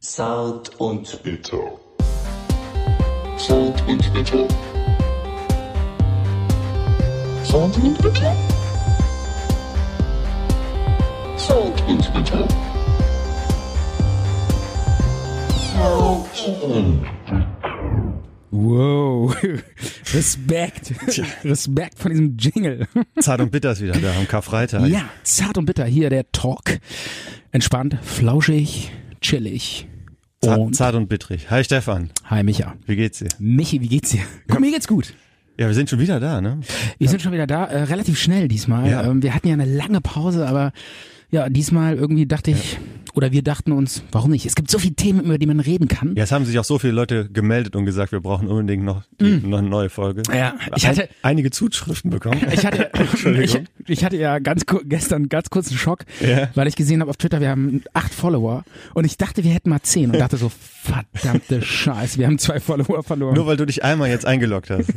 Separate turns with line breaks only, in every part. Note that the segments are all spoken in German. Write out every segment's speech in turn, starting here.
Zart und
bitter.
zart und bitter. Zart und bitter. Zart und bitter.
Wow. Respekt. Respekt von diesem Jingle.
Zart und bitter ist wieder da am Karfreitag.
Ja, zart und bitter. Hier der Talk. Entspannt, flauschig, chillig.
Zart,
Und
zart und bitterig. Hi Stefan,
hi Micha.
wie geht's dir?
Michi, wie geht's dir? Komm, mir geht's gut.
Ja, wir sind schon wieder da, ne?
Wir sind schon wieder da, äh, relativ schnell diesmal.
Ja.
Ähm, wir hatten ja eine lange Pause, aber ja, diesmal irgendwie dachte ich, oder wir dachten uns, warum nicht? Es gibt so viele Themen, über die man reden kann.
Ja, es haben sich auch so viele Leute gemeldet und gesagt, wir brauchen unbedingt noch, die, noch eine neue Folge.
Mm. Ja, ich hatte-
Ein, einige Zuschriften bekommen.
Ich hatte, ich,
Entschuldigung.
ich hatte ja ganz kur- gestern ganz kurzen Schock,
Ja.
weil ich gesehen habe auf Twitter, wir haben acht Follower und ich dachte, wir hätten mal zehn und dachte so, verdammte Scheiße, wir haben zwei Follower verloren.
Nur weil du dich einmal jetzt eingeloggt hast,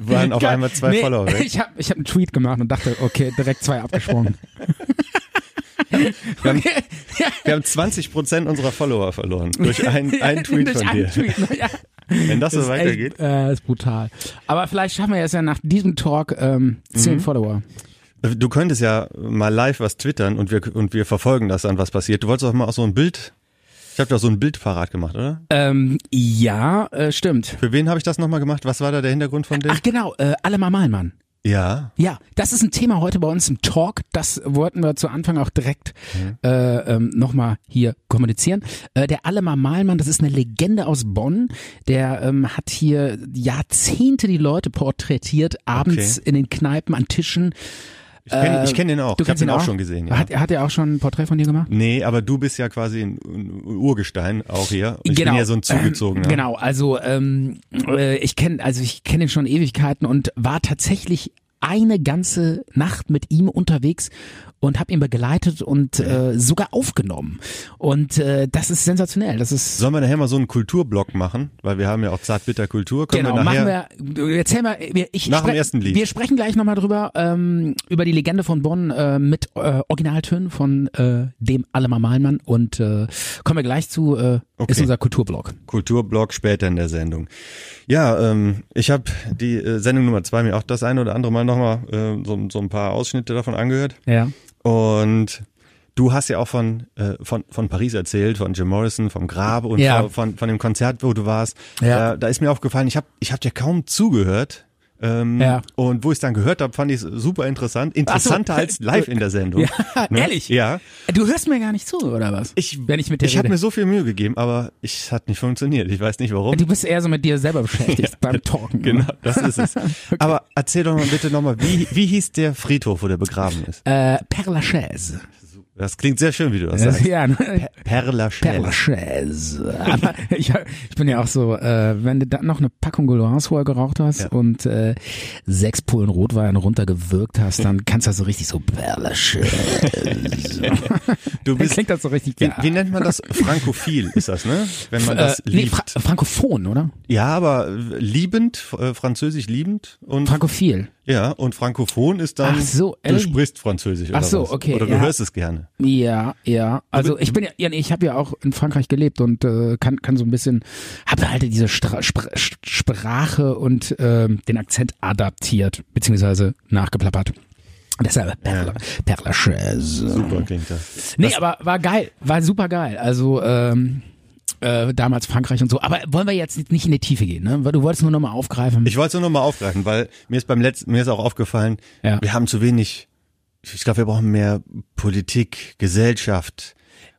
waren auf
Geil.
einmal zwei
nee,
Follower weg.
Ich habe ich hab einen Tweet gemacht und dachte, okay, direkt zwei abgesprungen. okay. ja.
Wir haben 20 Prozent unserer Follower verloren durch ein,
Ja,
einen Tweet
durch
von
einen
dir.
Tweet, ne? ja.
Wenn das so
ist echt,
weitergeht.
Äh, ist brutal. Aber vielleicht schaffen wir es ja nach diesem Talk ähm, zehn
Mhm.
Follower.
Du könntest ja mal live was twittern und wir, und wir verfolgen das dann, was passiert. Du wolltest doch mal auch so ein Bild, ich habe doch so ein Bild parat gemacht, oder?
Ähm, ja, äh, stimmt.
Für wen habe ich das nochmal gemacht? Was war da der Hintergrund von dem?
Ach genau, äh, alle mal malen, Mann.
Ja.
Ja, das ist ein Thema heute bei uns im Talk. Das wollten wir zu Anfang auch direkt
Mhm.
äh, ähm, nochmal hier kommunizieren. Äh, der Alemar Mahlmann, das ist eine Legende aus Bonn. Der ähm, hat hier Jahrzehnte die Leute porträtiert, abends in den Kneipen, an Tischen.
Ich kenne
Äh,
ich kenn den auch.
Du
ich habe
kennst
den
ihn
auch schon gesehen. Ja.
Hat, hat er auch schon ein Porträt von dir gemacht?
nee, aber du bist ja quasi ein ein Urgestein auch hier. Und Ich
genau.
bin ja so ein zugezogener.
Ähm, genau, also ähm, äh, ich kenne also ich kenne ihn schon Ewigkeiten und war tatsächlich eine ganze Nacht mit ihm unterwegs und habe ihn begleitet und äh, sogar aufgenommen. Und äh, das ist sensationell. Das ist
Sollen wir nachher mal so einen Kulturblock machen? Weil wir haben ja auch zartbitter Kultur. Können
genau.
wir nachher,
machen wir. du, Erzähl mal. Wir, ich
Nach dem
spre-
ersten Lied.
Wir sprechen gleich nochmal drüber ähm, über die Legende von Bonn äh, mit äh, Originaltönen von äh, dem Alemar Mahlmann und äh, kommen wir gleich zu. Äh, Ist
Okay.
unser Kulturblock.
Kulturblock später in der Sendung. Ja, ähm, ich habe die äh, Sendung Nummer zwei mir auch das eine oder andere Mal nochmal äh, so, so ein paar Ausschnitte davon angehört.
Ja.
Und du hast ja auch von, äh, von, von Paris erzählt, von Jim Morrison, vom Grab und
Ja.
von, von, von dem Konzert, wo du warst.
Ja.
Äh, da ist mir aufgefallen, ich habe ich hab dir kaum zugehört. Ähm,
Ja.
Und wo ich es dann gehört habe, fand ich es super interessant. Interessanter als live in der Sendung.
Ja, ehrlich?
Ja.
Du hörst mir gar nicht zu, oder was?
Ich,
Wenn ich mit dir
ich habe
rede.
mir so viel Mühe gegeben, aber ich- es hat nicht funktioniert. Ich weiß nicht warum.
Du bist eher so mit dir selber beschäftigt
Ja.
beim Talken. ne?
Genau, das ist es. Aber erzähl doch mal bitte nochmal, wie, wie hieß der Friedhof, wo der begraben ist?
Äh, Père Lachaise.
Das klingt sehr schön, wie du das sagst.
Ja, ne?
Père
Père
Lachaise.
Lachaise. Aber ich, ich bin ja auch so, äh, wenn du dann noch eine Packung Gouloirs vorher geraucht hast
Ja.
und äh, sechs Pullen Rotwein runtergewürgt hast, dann kannst du das so richtig so Père Lachaise.
Du
Dann
bist
klingt das so richtig
Wie,
geil.
wie nennt man das? Frankophil ist das, ne? Wenn man das
äh, nee,
liebt.
Fra Frankophon, oder?
ja, aber liebend, f- äh, französisch liebend und
Frankophil.
ja, und frankophon ist dann
Ach so,
du
ehrlich?
sprichst französisch
Ach
oder
so,
was.
okay,
oder du
ja.
hörst es gerne.
Ja, ja. Also ich bin ja, ja nee, ich habe ja auch in Frankreich gelebt und äh, kann, kann so ein bisschen, habe halt diese Stra Spr Sch- Sprache und ähm, den Akzent adaptiert, beziehungsweise nachgeplappert. Und deshalb Perla, Perla Chaise.
Super klingt das.
Nee, aber war geil, war super geil. Also ähm, äh, damals Frankreich und so. Aber wollen wir jetzt nicht in die Tiefe gehen, ne? Weil Du wolltest nur nochmal aufgreifen.
Ich wollte es nur nochmal aufgreifen, weil mir ist beim letzten, mir ist auch aufgefallen,
Ja.
wir haben zu wenig, ich glaube, wir brauchen mehr Politik, Gesellschaft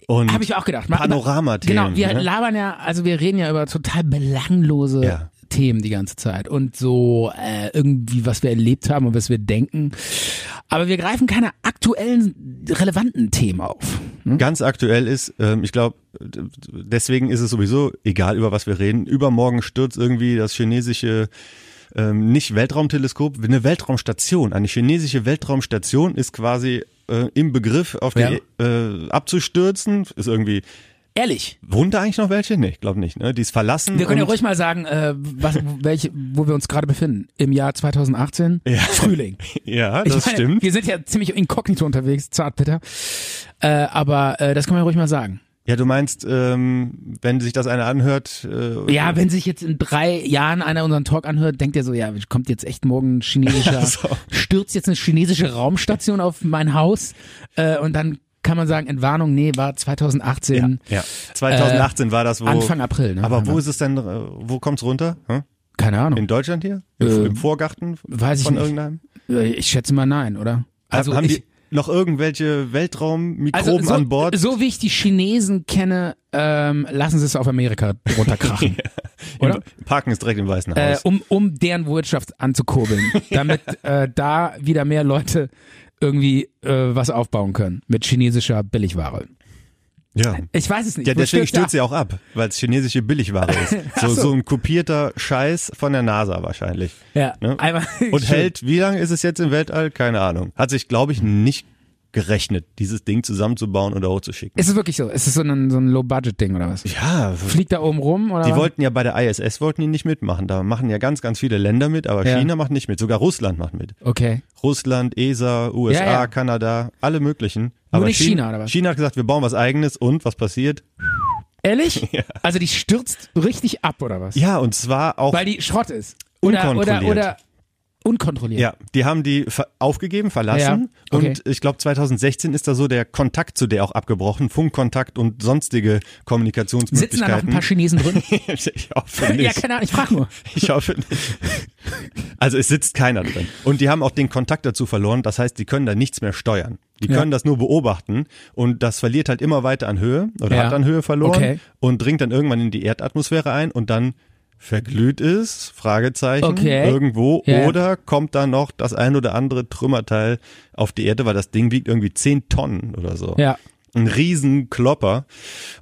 und
Habe ich auch gedacht. Ma- ma-
Panoramathemen.
Genau, wir
ne?
labern ja, also wir reden ja über total belanglose
Ja.
Themen die ganze Zeit und so äh, irgendwie, was wir erlebt haben und was wir denken. Aber wir greifen keine aktuellen, relevanten Themen auf.
ganz aktuell ist, ähm, ich glaube, d- d- deswegen ist es sowieso egal, über was wir reden. Übermorgen stürzt irgendwie das chinesische ähm, nicht Weltraumteleskop, eine Weltraumstation. Eine chinesische Weltraumstation ist quasi äh, im Begriff, auf die äh, abzustürzen. Ist irgendwie
Ehrlich,
wohnt da eigentlich noch welche? Nee, ich glaube nicht. Ne? Die ist verlassen.
wir können ja
und-
ruhig mal sagen, äh, was, welche, wo wir uns gerade befinden. Im Jahr 2018, Frühling.
Ja,
Ich
das
meine,
stimmt.
Wir sind ja ziemlich inkognito unterwegs, zartbitter. Äh, aber äh, das können wir ruhig mal sagen.
Ja, du meinst, ähm, wenn sich das einer anhört, äh,
Ja, wenn sich jetzt in drei Jahren einer unseren Talk anhört, denkt er so, ja, kommt jetzt echt morgen ein chinesischer,
Ja, so.
stürzt jetzt eine chinesische Raumstation auf mein Haus äh, und dann kann man sagen, Entwarnung, nee, war 2018,
ja. 2018 war das, wo.
Anfang April. Ne?
aber wo
Ja.
ist es denn, äh, wo kommt's runter? Hm?
Keine Ahnung.
In Deutschland hier? Im,
Äh,
Im Vorgarten
weiß ich
von
nicht.
irgendeinem?
Äh, Ich schätze mal nein, oder?
Also haben
ich, also
die noch irgendwelche Weltraummikroben
so,
an Bord?
so wie ich die Chinesen kenne, ähm, lassen sie es auf Amerika runterkrachen, oder?
Im- Parken ist direkt im Weißen
äh,
Haus.
um, um deren Wirtschaft anzukurbeln, damit äh, da wieder mehr Leute irgendwie äh, was aufbauen können mit chinesischer Billigware.
ja.
Ich weiß es nicht.
Ja,
Wo
deswegen
stürzt der
stürzt sie auch ab, weil es chinesische Billigware ist. So, so. ein kopierter Scheiß von der NASA wahrscheinlich.
ab? Ja,
ne?
einmal
Und
Schön.
hält, wie lange ist es jetzt im Weltall? Keine Ahnung. Hat sich, glaube ich, nicht gerechnet, dieses Ding zusammenzubauen oder hochzuschicken.
Ist es wirklich so? Ist es so ein, so ein Low-Budget-Ding oder was?
Ja,
Fliegt da oben rum oder
die
was?
wollten ja bei der ISS, wollten die nicht mitmachen. Da machen ja ganz, ganz viele Länder mit, aber
Ja.
China macht nicht mit. Sogar Russland macht mit.
Okay.
Russland, E ESA, USA,
Ja, ja.
Kanada, alle möglichen.
Nur
aber
nicht China, oder was?
China hat gesagt, wir bauen was eigenes und was passiert?
Ehrlich? Also die stürzt richtig ab oder was?
Ja, und zwar auch
Weil die Schrott ist. Oder, oder,
Unkontrolliert.
oder unkontrolliert.
Ja, die haben die ver- aufgegeben, verlassen
Ja, okay.
und ich glaube 2016 ist da so der Kontakt zu der auch abgebrochen, Funkkontakt und sonstige
Sitzen da noch ein
Kommunikationsmöglichkeiten.
paar Chinesen drin?
ich hoffe
ja,
nicht.
keine Ahnung, ich frag nur.
ich hoffe nicht. Also es sitzt keiner drin und die haben auch den Kontakt dazu verloren, das heißt, die können da nichts mehr steuern. Die
Ja.
können das nur beobachten und das verliert halt immer weiter an Höhe oder
Ja.
hat an Höhe verloren
Okay.
und dringt dann irgendwann in die Erdatmosphäre ein und dann verglüht ist, Fragezeichen,
Okay.
irgendwo
Ja, ja.
oder kommt da noch das ein oder andere Trümmerteil auf die Erde, weil das Ding wiegt irgendwie 10 Tonnen oder so.
Ja.
Ein Riesenklopper.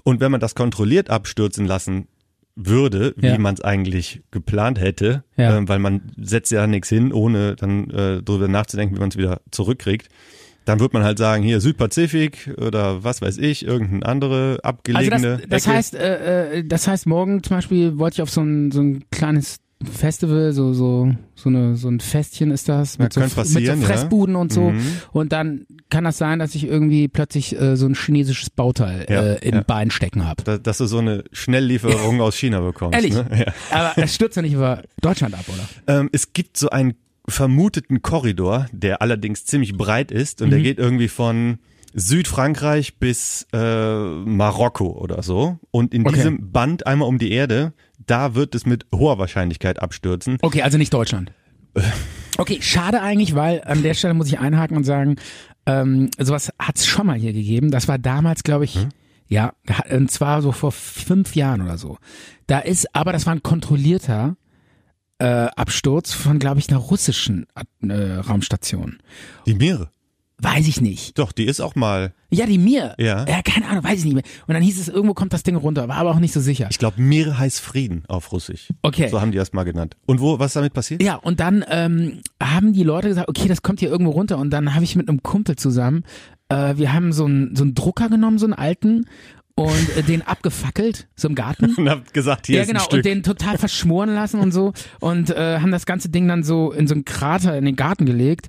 Und wenn man das kontrolliert abstürzen lassen würde, wie
Ja.
man es eigentlich geplant hätte,
Ja.
ähm, weil man setzt ja nichts hin, ohne dann äh, darüber nachzudenken, wie man es wieder zurückkriegt, dann wird man halt sagen, hier Südpazifik oder was weiß ich, irgendeine andere
Also
abgelegene
das, das
Ecke.
heißt, äh, äh, das heißt, morgen zum Beispiel wollte ich auf so ein, so ein kleines Festival, so, so, so, eine, so ein Festchen ist das, mit, so,
könnte
mit so
passieren, ja.
Fressbuden und so.
Mhm.
Und dann kann das sein, dass ich irgendwie plötzlich äh, so ein chinesisches Bauteil
Ja,
äh, im
ja.
Bein stecken habe.
Da- dass du so eine Schnelllieferung aus China bekommst.
Ehrlich,
Ne?
aber es stürzt ja nicht über Deutschland ab, oder?
Ähm, es gibt so einen vermuteten Korridor, der allerdings ziemlich breit ist und
Mhm.
der geht irgendwie von Südfrankreich bis äh, Marokko oder so. Und in
Okay.
diesem Band einmal um die Erde, da wird es mit hoher Wahrscheinlichkeit abstürzen.
Okay, also nicht Deutschland. Okay, schade eigentlich, weil an der Stelle muss ich einhaken und sagen, ähm, sowas hat's schon mal hier gegeben. Das war damals, glaube ich,
Hm?
ja, ha- und zwar so vor fünf Jahren oder so. Da ist, aber das war ein kontrollierter äh, Absturz von, glaube ich, einer russischen At- äh, Raumstation.
Die Meere.
Weiß ich nicht.
Doch, die ist auch mal,
Ja, die mir.
Ja.
Ja, keine Ahnung, weiß ich nicht mehr. Und dann hieß es, irgendwo kommt das Ding runter, war aber auch nicht so sicher.
ich glaube, Meere heißt Frieden auf Russisch.
Okay.
So haben die das mal genannt. Und wo, was ist damit passiert?
Ja, und dann ähm, haben die Leute gesagt, okay, das kommt hier irgendwo runter. Und dann habe ich mit einem Kumpel zusammen, äh, wir haben so einen, so einen Drucker genommen, so einen alten, und äh, den abgefackelt, so im Garten.
Und habt gesagt, hier
ja,
ist
genau,
ein Stück.
und den total verschmoren lassen und so. Und äh, haben das ganze Ding dann so in so einen Krater in den Garten gelegt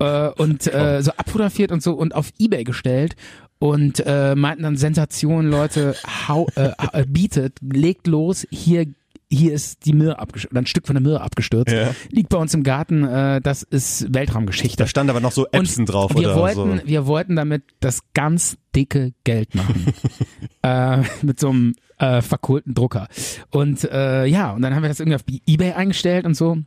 äh, und äh, so abfotografiert und so und auf Ebay gestellt. Und äh, meinten dann Sensation, Leute, hau, äh, äh, bietet, legt los, hier hier ist die Möhre abgestürzt, oder ein Stück von der Möhre abgestürzt,
Ja.
liegt bei uns im Garten, äh, das ist Weltraumgeschichte.
da stand aber noch so Epson
Und
drauf
wir
oder
wollten,
so.
Wir wollten damit das ganz dicke Geld machen. äh, mit so einem äh, verkohlten Drucker. Und äh, ja, und dann haben wir das irgendwie auf Ebay eingestellt und so.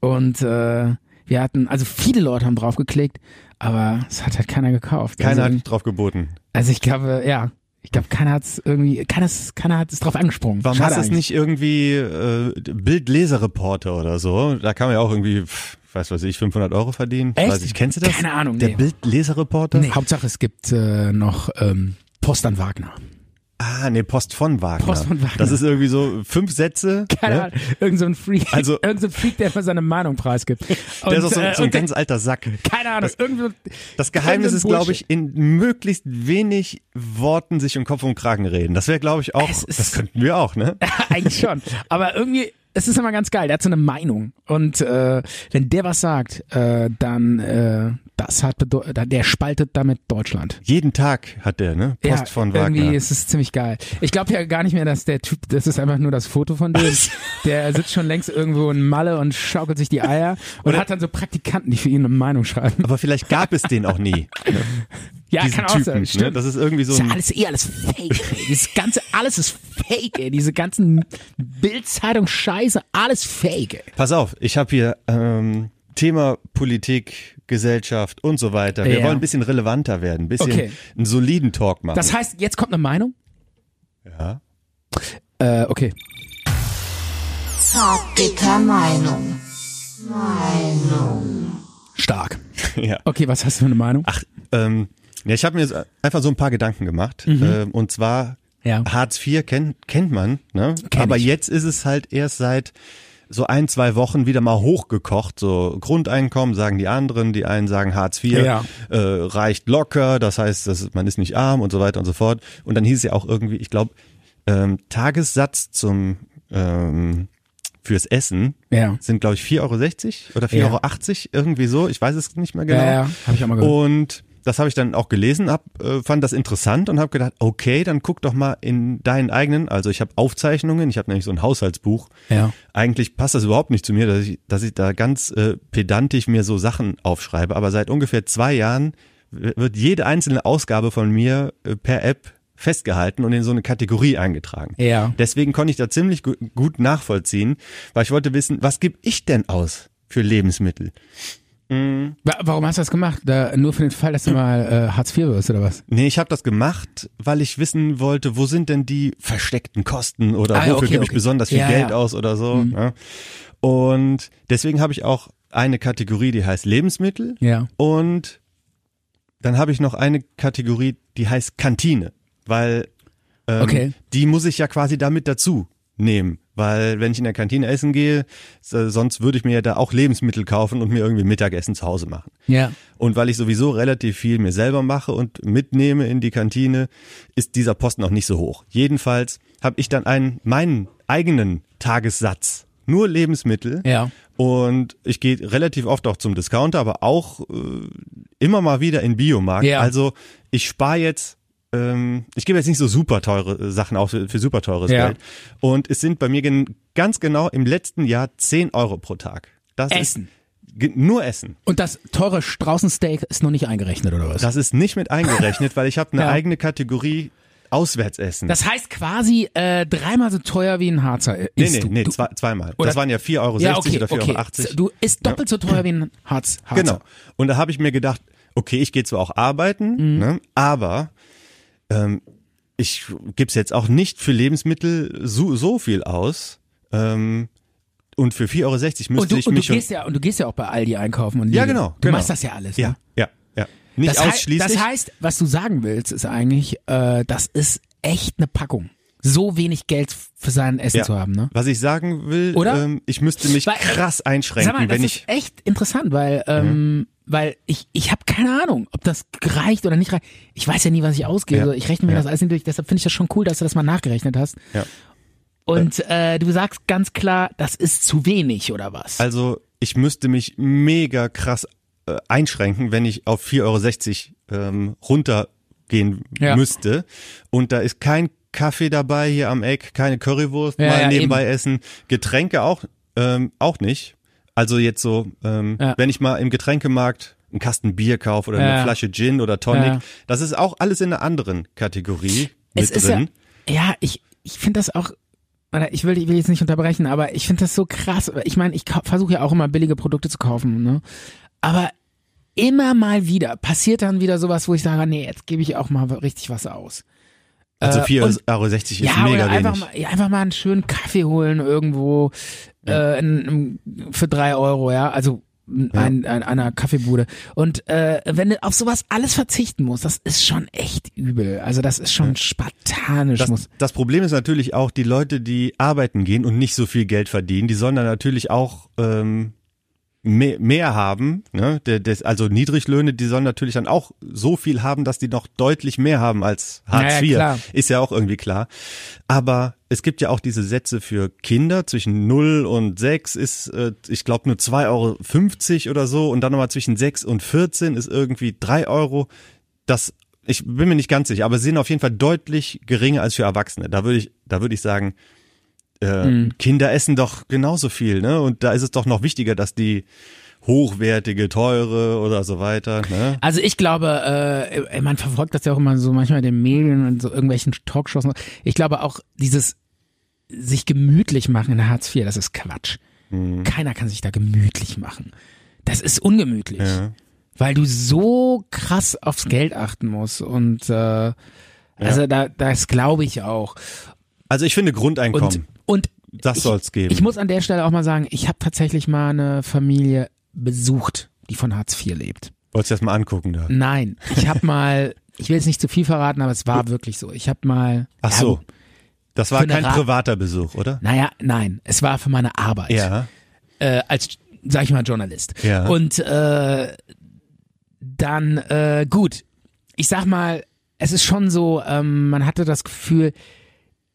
Und äh, wir hatten, also viele Leute haben draufgeklickt, aber es hat halt keiner gekauft.
Keiner
also,
hat drauf geboten.
also ich glaube, ja. Ich glaube, keiner hat es irgendwie, keiner, keiner hat es drauf angesprungen.
Warum
Schade
hast du es
eigentlich.
nicht irgendwie äh, Bildlesereporter oder so? Da kann man ja auch irgendwie, pff, weiß was ich, 500 Euro verdienen.
Echt?
Weiß ich, kennst du das?
Keine Ahnung,
Der
nee.
Bildlesereporter?
Nee, Hauptsache es gibt äh, noch ähm, Post an Wagner.
Ah, nee, Post von Wagner.
Post von Wagner.
Das ist irgendwie so fünf Sätze.
Keine
ne?
Ahnung, irgend so ein Freak, also,
Also-
irgend so ein Freak, der immer seine Meinung preisgibt. Und,
Der ist auch so,
äh,
so ein
und der-
ganz alter Sack.
keine Ahnung, irgendwie
Das Geheimnis
irgendein
ist, glaube
Bullshit.
ich, in möglichst wenig Worten sich um Kopf und Kragen reden. Das wäre, glaube ich, auch,
Es ist-
das könnten wir auch, ne?
eigentlich schon, aber irgendwie es ist immer ganz geil, der hat so eine Meinung. Und äh, wenn der was sagt, äh, dann äh, das hat bedeu- der spaltet damit Deutschland.
Jeden Tag hat der, ne? Post
ja,
von
Irgendwie
Wagner.
ist es ziemlich geil. Ich glaube ja gar nicht mehr, dass der Typ, das ist einfach nur das Foto von dem. der sitzt schon längst irgendwo in Malle und schaukelt sich die Eier und hat dann so Praktikanten, die für ihn eine Meinung schreiben.
Aber vielleicht gab es den auch nie. Ne?
Ja,
diesen
kann auch
Typen,
sein. Stimmt.
Ne? Das ist irgendwie so
ist ja
ein,
alles eh alles fake. Ey. Dieses ganze alles ist fake. Ey. Diese ganzen Bildzeitung Scheiße, alles fake. Ey.
Pass auf, ich habe hier ähm, Thema Politik, Gesellschaft und so weiter. Wir
Ja.
wollen ein bisschen relevanter werden, ein bisschen
Okay.
einen soliden Talk machen.
Das heißt, jetzt kommt eine Meinung?
ja.
Äh, okay.
Zartbitter Meinung. Meinung.
Stark.
ja.
Okay, was hast du für eine Meinung?
Ach, ähm, ja, ich habe mir so- einfach so ein paar Gedanken gemacht.
Mhm.
Ähm, und zwar
Ja.
Hartz IV kennt, kennt man, ne?
Kenn
Aber
ich.
jetzt ist es halt erst seit so ein, zwei Wochen wieder mal hochgekocht. So Grundeinkommen sagen die anderen, die einen sagen Hartz IV
Ja.
äh, reicht locker, das heißt, das, ist- man ist nicht arm und so weiter und so fort. Und dann hieß es ja auch irgendwie, ich glaube, ähm, Tagessatz zum ähm, fürs Essen
Ja.
sind, glaube ich, 4,60 Euro oder 4,80
Ja.
Euro, irgendwie so, ich weiß es nicht mehr genau.
Ja, ja, hab ich auch mal gehört.
Und das habe ich dann auch gelesen, hab, äh, fand das interessant und habe gedacht, okay, dann guck doch mal in deinen eigenen, also ich habe Aufzeichnungen, ich habe nämlich so ein Haushaltsbuch.
Ja.
Eigentlich passt das überhaupt nicht zu mir, dass ich, dass ich da ganz äh, pedantisch mir so Sachen aufschreibe, aber seit ungefähr zwei Jahren w- wird jede einzelne Ausgabe von mir äh, per App festgehalten und in so eine Kategorie eingetragen.
Ja.
Deswegen konnte ich da ziemlich gu gut nachvollziehen, weil ich wollte wissen, was gebe ich denn aus für Lebensmittel?
Wa- Warum hast du das gemacht? Da, nur für den Fall,
Hm.
dass du mal äh, Hartz IV wirst oder was?
Nee, ich habe das gemacht, weil ich wissen wollte, wo sind denn die versteckten Kosten oder
Ah, ja,
wofür
okay,
gebe ich
okay.
besonders viel
Ja,
Geld
ja. Mhm.
aus oder so. Ne? Und deswegen habe ich auch eine Kategorie, die heißt Lebensmittel.
Ja.
Und dann habe ich noch eine Kategorie, die heißt Kantine, weil ähm,
Okay.
die muss ich ja quasi damit dazu nehmen. Weil wenn ich in der Kantine essen gehe, so- sonst würde ich mir ja da auch Lebensmittel kaufen und mir irgendwie Mittagessen zu Hause machen.
Ja.
Und weil ich sowieso relativ viel mir selber mache und mitnehme in die Kantine, ist dieser Posten auch nicht so hoch. Jedenfalls habe ich dann einen meinen eigenen Tagessatz. Nur Lebensmittel.
Ja.
Und ich gehe relativ oft auch zum Discounter, aber auch äh, immer mal wieder in Biomarkt.
Ja.
Also ich spare jetzt, ähm, ich gebe jetzt nicht so super teure äh, Sachen aus für, für super teures
Ja.
Geld. Und es sind bei mir gen ganz genau im letzten Jahr 10 Euro pro Tag. Das
Essen.
Ist, ge- nur Essen.
Und das teure Straußensteak ist noch nicht eingerechnet oder was?
Das ist nicht mit eingerechnet, weil ich habe eine
Ja.
eigene Kategorie Auswärtsessen.
Das heißt quasi äh, dreimal so teuer wie ein Harzer. Äh,
nee,
isst
nee,
du.
nee,
Du-
zwei, zweimal.
Oder-
das waren ja 4,60 Euro
ja, okay,
oder 4,80
okay.
Euro.
Du ist doppelt so teuer wie ein Harz. Harzer.
Genau. Und da habe ich mir gedacht, okay, ich gehe zwar auch
Mhm.
arbeiten, ne, aber ähm, ich gib's jetzt auch nicht für Lebensmittel so, so viel aus. Ähm, und für 4,60 Euro müsste
Und du,
ich
und du
mich
gehst ja und du gehst ja auch bei Aldi einkaufen und
Ja,
Lidl.
genau.
Du
genau.
machst das ja alles.
Ja,
Ne?
ja, ja. Nicht
das hei-
ausschließlich.
Das heißt, was du sagen willst, ist eigentlich, äh, das ist echt eine Packung. So wenig Geld für sein Essen
ja.
zu haben, ne?
Was ich sagen will,
Oder?
Ähm, ich müsste mich
Weil-
krass einschränken,
Sag mal, das
wenn
ist
ich Mhm.
echt interessant, weil ähm, weil ich ich habe keine Ahnung, ob das reicht oder nicht reicht. Ich weiß ja nie, was ich ausgebe.
Ja.
Ich rechne mir
Ja.
das alles nicht durch. Deshalb finde ich das schon cool, dass du das mal nachgerechnet hast.
Ja.
Und äh, du sagst ganz klar, das ist zu wenig oder was?
Also ich müsste mich mega krass äh, einschränken, wenn ich auf 4,60 Euro ähm, runtergehen
Ja.
müsste. Und da ist kein Kaffee dabei hier am Eck, keine Currywurst
Ja,
mal
ja,
nebenbei essen, Getränke auch, ähm, auch nicht. Also jetzt so, ähm,
Ja.
wenn ich mal im Getränkemarkt einen Kasten Bier kaufe oder
Ja.
eine Flasche Gin oder Tonic,
Ja.
das ist auch alles in einer anderen Kategorie
es
mit
ist
drin.
ja, ja, ich ich finde das auch. oder Ich will, ich will jetzt nicht unterbrechen, aber ich finde das so krass. Ich meine, ich versuche ja auch immer billige Produkte zu kaufen, ne? Aber immer mal wieder passiert dann wieder sowas, wo ich sage, nee, jetzt gebe ich auch mal richtig was aus.
also
äh,
4,60 Euro ist
ja,
mega
oder einfach
wenig.
mal, ja, einfach mal einen schönen Kaffee holen irgendwo äh, in, in, für drei Euro, ja. Also m, ein, ein, einer Kaffeebude. Und äh, wenn du auf sowas alles verzichten musst, das ist schon echt übel. Also das ist schon spartanisch. muss.
Das, das Problem ist natürlich auch, die Leute, die arbeiten gehen und nicht so viel Geld verdienen, die sollen dann natürlich auch ähm, mehr, mehr haben, ne? Der, des, also Niedriglöhne, die sollen natürlich dann auch so viel haben, dass die noch deutlich mehr haben als Hartz
Naja,
IV.
klar.
Ist ja auch irgendwie klar. Aber es gibt ja auch diese Sätze für Kinder zwischen 0 und 6 ist, äh, ich glaube, nur 2,50 Euro oder so und dann nochmal zwischen 6 und 14 ist irgendwie 3 Euro. Das, ich bin mir nicht ganz sicher, aber sie sind auf jeden Fall deutlich geringer als für Erwachsene. Da würde ich, da würde ich sagen, äh,
Hm.
Kinder essen doch genauso viel, ne? Und da ist es doch noch wichtiger, dass die hochwertige, teure oder so weiter, ne?
Also ich glaube, äh, ey, man verfolgt das ja auch immer so manchmal in den Medien und so irgendwelchen Talkshows. Ich glaube auch dieses sich gemütlich machen in Hartz IV, das ist Quatsch. Keiner kann sich da gemütlich machen. Das ist ungemütlich,
Ja.
weil du so krass aufs Geld achten musst und äh, also da, das glaube ich auch.
Also ich finde
Und
Grundeinkommen,
und
das
ich-
soll's geben.
Ich muss an der Stelle auch mal sagen, ich habe tatsächlich mal eine Familie besucht, die von Hartz IV lebt.
Wolltest du das mal angucken da?
Nein, ich habe mal, ich will jetzt nicht zu viel verraten, aber es war wirklich so. Ich habe mal.
Ach
ja,
so. Das war
Für eine
kein
Ra-
privater Besuch, oder?
Naja, nein, es war für meine Arbeit.
Ja.
Äh, als, sag ich mal, Journalist.
Ja.
Und äh, dann, äh, gut, ich sag mal, es ist schon so, ähm, man hatte das Gefühl,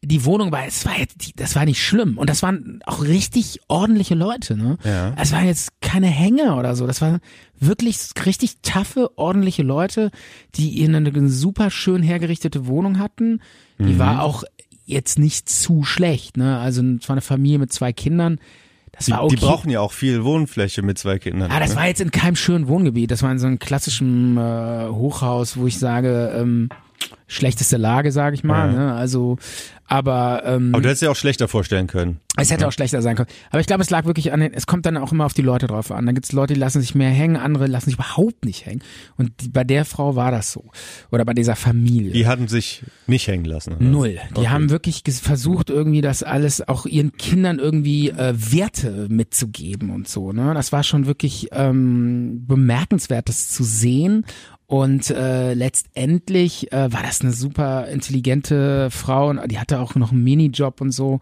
die Wohnung war, es war jetzt, die- das war nicht schlimm. Und das waren auch richtig ordentliche Leute, ne?
Ja.
Es waren jetzt keine Hänger oder so. Das waren wirklich richtig taffe, ordentliche Leute, die in eine super schön hergerichtete Wohnung hatten. Die
Mhm.
war auch jetzt nicht zu schlecht, ne? Also es war eine Familie mit zwei Kindern. Das
Die,
war okay.
die brauchen ja auch viel Wohnfläche mit zwei Kindern.
Ah, das
ne?
war jetzt in keinem schönen Wohngebiet. Das war in so einem klassischen äh, Hochhaus, wo ich sage, ähm, schlechteste Lage, sage ich mal. Ne? Also, aber ähm,
Aber du hättest dir auch schlechter vorstellen können.
es hätte auch schlechter sein können. Aber ich glaube, es lag wirklich an den, es kommt dann auch immer auf die Leute drauf an. Da gibt's Leute, die lassen sich mehr hängen, andere lassen sich überhaupt nicht hängen. Und die, bei der Frau war das so. Oder bei dieser Familie.
Die hatten sich nicht hängen lassen. Oder?
Null. Die haben wirklich ges- versucht, irgendwie das alles auch ihren Kindern irgendwie äh, Werte mitzugeben und so. Ne? Das war schon wirklich ähm, bemerkenswert, das zu sehen. Und äh, letztendlich äh, war das eine super intelligente Frau und die hatte auch noch einen Minijob und so.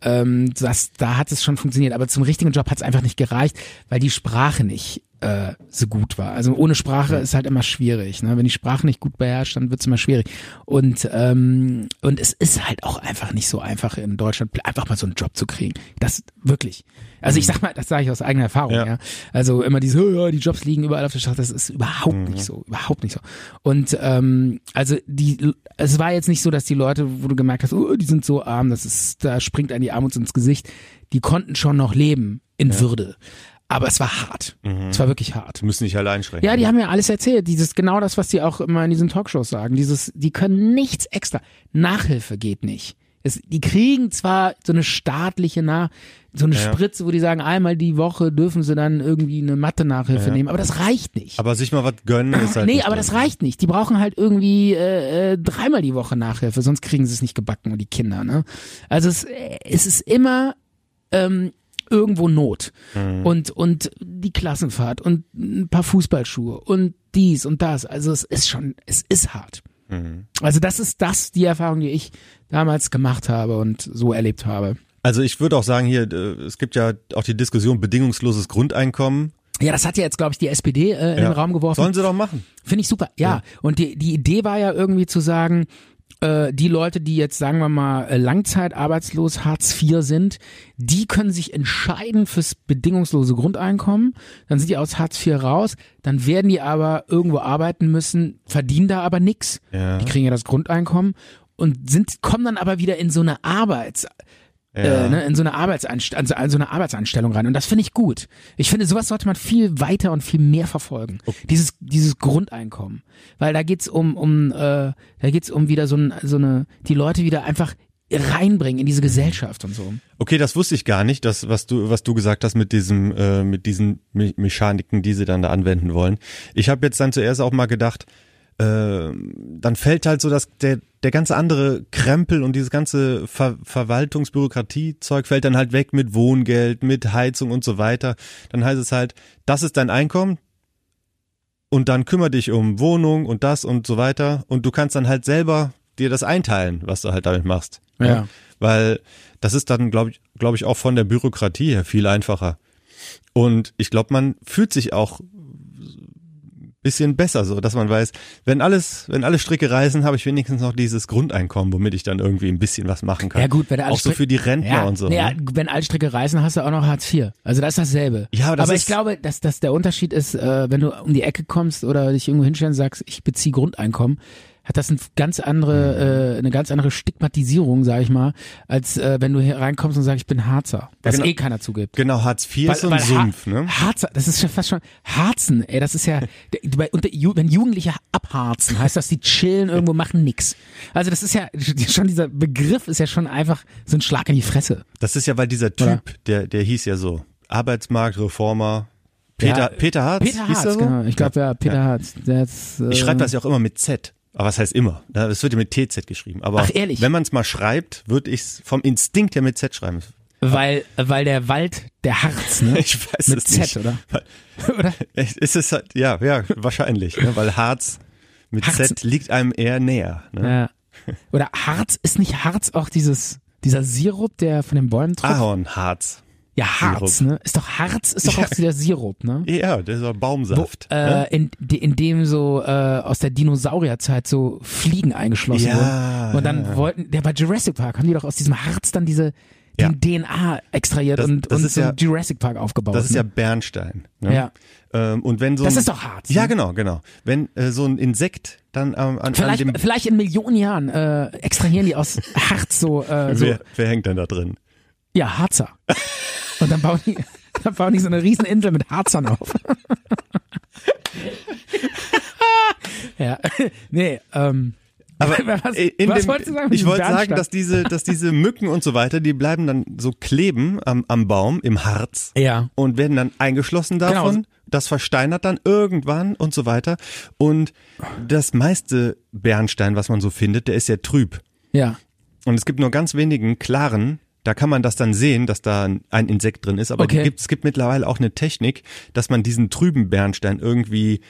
Ähm, das, da hat es schon funktioniert. Aber zum richtigen Job hat es einfach nicht gereicht, weil die Sprache nicht äh, so gut war. Also ohne Sprache ist halt immer schwierig. Ne? Wenn die Sprache nicht gut beherrscht, dann wird es immer schwierig. Und, ähm, und es ist halt auch einfach nicht so einfach in Deutschland, pl- einfach mal so einen Job zu kriegen. Das wirklich. Also ich sag mal, das sage ich aus eigener Erfahrung. Ja.
Ja.
Also immer dieses, "Oh, ja, die Jobs liegen überall auf der Straße. Das ist überhaupt nicht so, überhaupt nicht so. Und ähm, also die, es war jetzt nicht so, dass die Leute, wo du gemerkt hast, oh, die sind so arm, das ist, da springt einem die Armut ins Gesicht. Die konnten schon noch leben in Würde. Aber es war hart. Es war wirklich hart.
Die müssen nicht allein schränken.
Ja, die haben ja alles erzählt. Dieses genau das, was die auch immer in diesen Talkshows sagen. Dieses, die können nichts extra. Nachhilfe geht nicht. Es, die kriegen zwar so eine staatliche Nach, so eine Spritze, wo die sagen, einmal die Woche dürfen sie dann irgendwie eine Mathe-Nachhilfe nehmen, aber das reicht nicht.
aber sich mal was gönnen ist halt
nee,
nicht
aber
drin.
das reicht nicht. Die brauchen halt irgendwie äh, äh, dreimal die Woche Nachhilfe, sonst kriegen sie es nicht gebacken und die Kinder. Ne? Also es, äh, es ist immer ähm, irgendwo Not
Mhm.
und und die Klassenfahrt und ein paar Fußballschuhe und dies und das. Also es ist schon, es ist hart.
Mhm.
Also das ist das die Erfahrung, die ich damals gemacht habe und so erlebt habe.
Also ich würde auch sagen hier, äh, es gibt ja auch die Diskussion bedingungsloses Grundeinkommen.
Ja, das hat ja jetzt, glaube ich, die SPD äh, in den
Ja.
Raum geworfen.
Sollen sie doch machen.
Finde ich super, ja. Und die, die Idee war ja irgendwie zu sagen, äh, die Leute, die jetzt, sagen wir mal, äh, langzeitarbeitslos Hartz IV sind, die können sich entscheiden fürs bedingungslose Grundeinkommen. Dann sind die aus Hartz IV raus, dann werden die aber irgendwo arbeiten müssen, verdienen da aber nix.
Ja.
Die kriegen ja das Grundeinkommen und sind, kommen dann aber wieder in so eine Arbeits, äh, ne, in so eine Arbeitsanstellung, also in so eine Arbeitsanstellung rein. Und das finde ich gut. Ich finde, sowas sollte man viel weiter und viel mehr verfolgen. Dieses, dieses Grundeinkommen. Weil da geht's um, um, äh, da geht's um wieder so, ein, so eine, die Leute wieder einfach reinbringen in diese Gesellschaft und so.
Okay, das wusste ich gar nicht, das, was du, was du gesagt hast mit diesem, äh, mit diesen Me Mechaniken, die sie dann da anwenden wollen. Ich habe jetzt dann zuerst auch mal gedacht, ähm, dann fällt halt so, dass der, der ganze andere Krempel und dieses ganze Ver Verwaltungsbürokratiezeug fällt dann halt weg mit Wohngeld, mit Heizung und so weiter. Dann heißt es halt, das ist dein Einkommen und dann kümmere dich um Wohnung und das und so weiter und du kannst dann halt selber dir das einteilen, was du halt damit machst.
Ja.
Weil das ist dann, glaube ich, glaube ich, auch von der Bürokratie her viel einfacher. Und ich glaube, man fühlt sich auch bisschen besser so, dass man weiß, wenn alles, wenn alle Stricke reißen, habe ich wenigstens noch dieses Grundeinkommen, womit ich dann irgendwie ein bisschen was machen kann.
Ja gut, wenn alle
auch so
Strick-
für die Rentner
ja,
und so.
nee,
ne?
ja, wenn alle Stricke reißen, hast du auch noch Hartz IV. Also das ist dasselbe.
Ja, aber das
aber ich
ist-
glaube, dass, dass der Unterschied ist, äh, wenn du um die Ecke kommst oder dich irgendwo hinstellst und sagst, ich beziehe Grundeinkommen, hat das eine ganz andere, äh, eine ganz andere Stigmatisierung, sag ich mal, als äh, wenn du hier reinkommst und sagst, ich bin Harzer. Was
genau.
eh keiner zugibt.
Genau, Hartz IV ist so ein
Har-
Sumpf, ne?
Harzer, das ist schon fast schon Harzen, ey, das ist ja, der- bei- unter, Ju- wenn Jugendliche abharzen, heißt das, die chillen irgendwo, machen nix. Also das ist ja, schon dieser Begriff ist ja schon einfach so ein Schlag in die Fresse.
Das ist ja, weil dieser Typ, der, der hieß ja so, Arbeitsmarktreformer, Peter,
Ja,
Peter Hartz,
Peter
hieß
Harz,
der so?
genau. Ich glaube, ja, Peter Harz. Der ist, äh,
Ich schreibe das ja auch immer mit Z. Aber was heißt immer? Na, Das wird ja mit TZ geschrieben. Aber
Ach, ehrlich?
wenn man es mal schreibt, würde ich es vom Instinkt ja mit Z schreiben.
Weil, weil der Wald, der Harz, ne?
Ich weiß
Mit
es
Z,
nicht.
oder?
Weil-
Oder?
Es ist es halt, ja, ja, wahrscheinlich. Ne? Weil Harz mit
Harz.
Z liegt einem eher näher. Ne?
Ja. Oder Harz, ist nicht Harz auch dieses, dieser Sirup, der von den Bäumen tropft?
Ahornharz.
ja, Harz,
Sirup.
ne? Ist doch Harz, ist doch
Ja.
auch dieser Sirup, ne?
Ja, der ist auch Baumsaft. ne?
Äh, in, de- in dem so äh, aus der Dinosaurierzeit so Fliegen eingeschlossen
Ja,
wurden. Und dann wollten, der bei Jurassic Park haben die doch aus diesem Harz dann diese
Ja.
den DNA extrahiert
Das-
und,
das
und
ist
so
ja-
einen Jurassic Park aufgebaut.
Das ist ja
ne?
Bernstein. Ne?
Ja.
Ähm, und wenn so
Das
ein,
ist doch Harz,
Ja,
ne?
genau, genau. Wenn äh, so ein Insekt dann am- an, an
Vielleicht, äh,
dem
vielleicht in Millionen Jahren äh, extrahieren die aus Harz so, äh, so
wer, wer hängt denn da drin?
ja, Harzer. Und dann bauen die, dann bauen die so eine Rieseninsel mit Harzern auf. ja, nee, ähm,
Aber
was,
äh, in
was
dem,
wolltest du sagen? mit
ich
diesem
wollte sagen,
Bernstein?
dass diese, dass diese Mücken und so weiter, die bleiben dann so kleben am, am Baum, im Harz
Ja.
und werden dann eingeschlossen davon.
Genau.
Das versteinert dann irgendwann und so weiter. Und das meiste Bernstein, was man so findet, der ist ja trüb.
Ja.
Und es gibt nur ganz wenigen klaren, da kann man das dann sehen, dass da ein- ein Insekt drin ist. Aber
Okay.
die gibt, es gibt mittlerweile auch eine Technik, dass man diesen trüben Bernstein irgendwie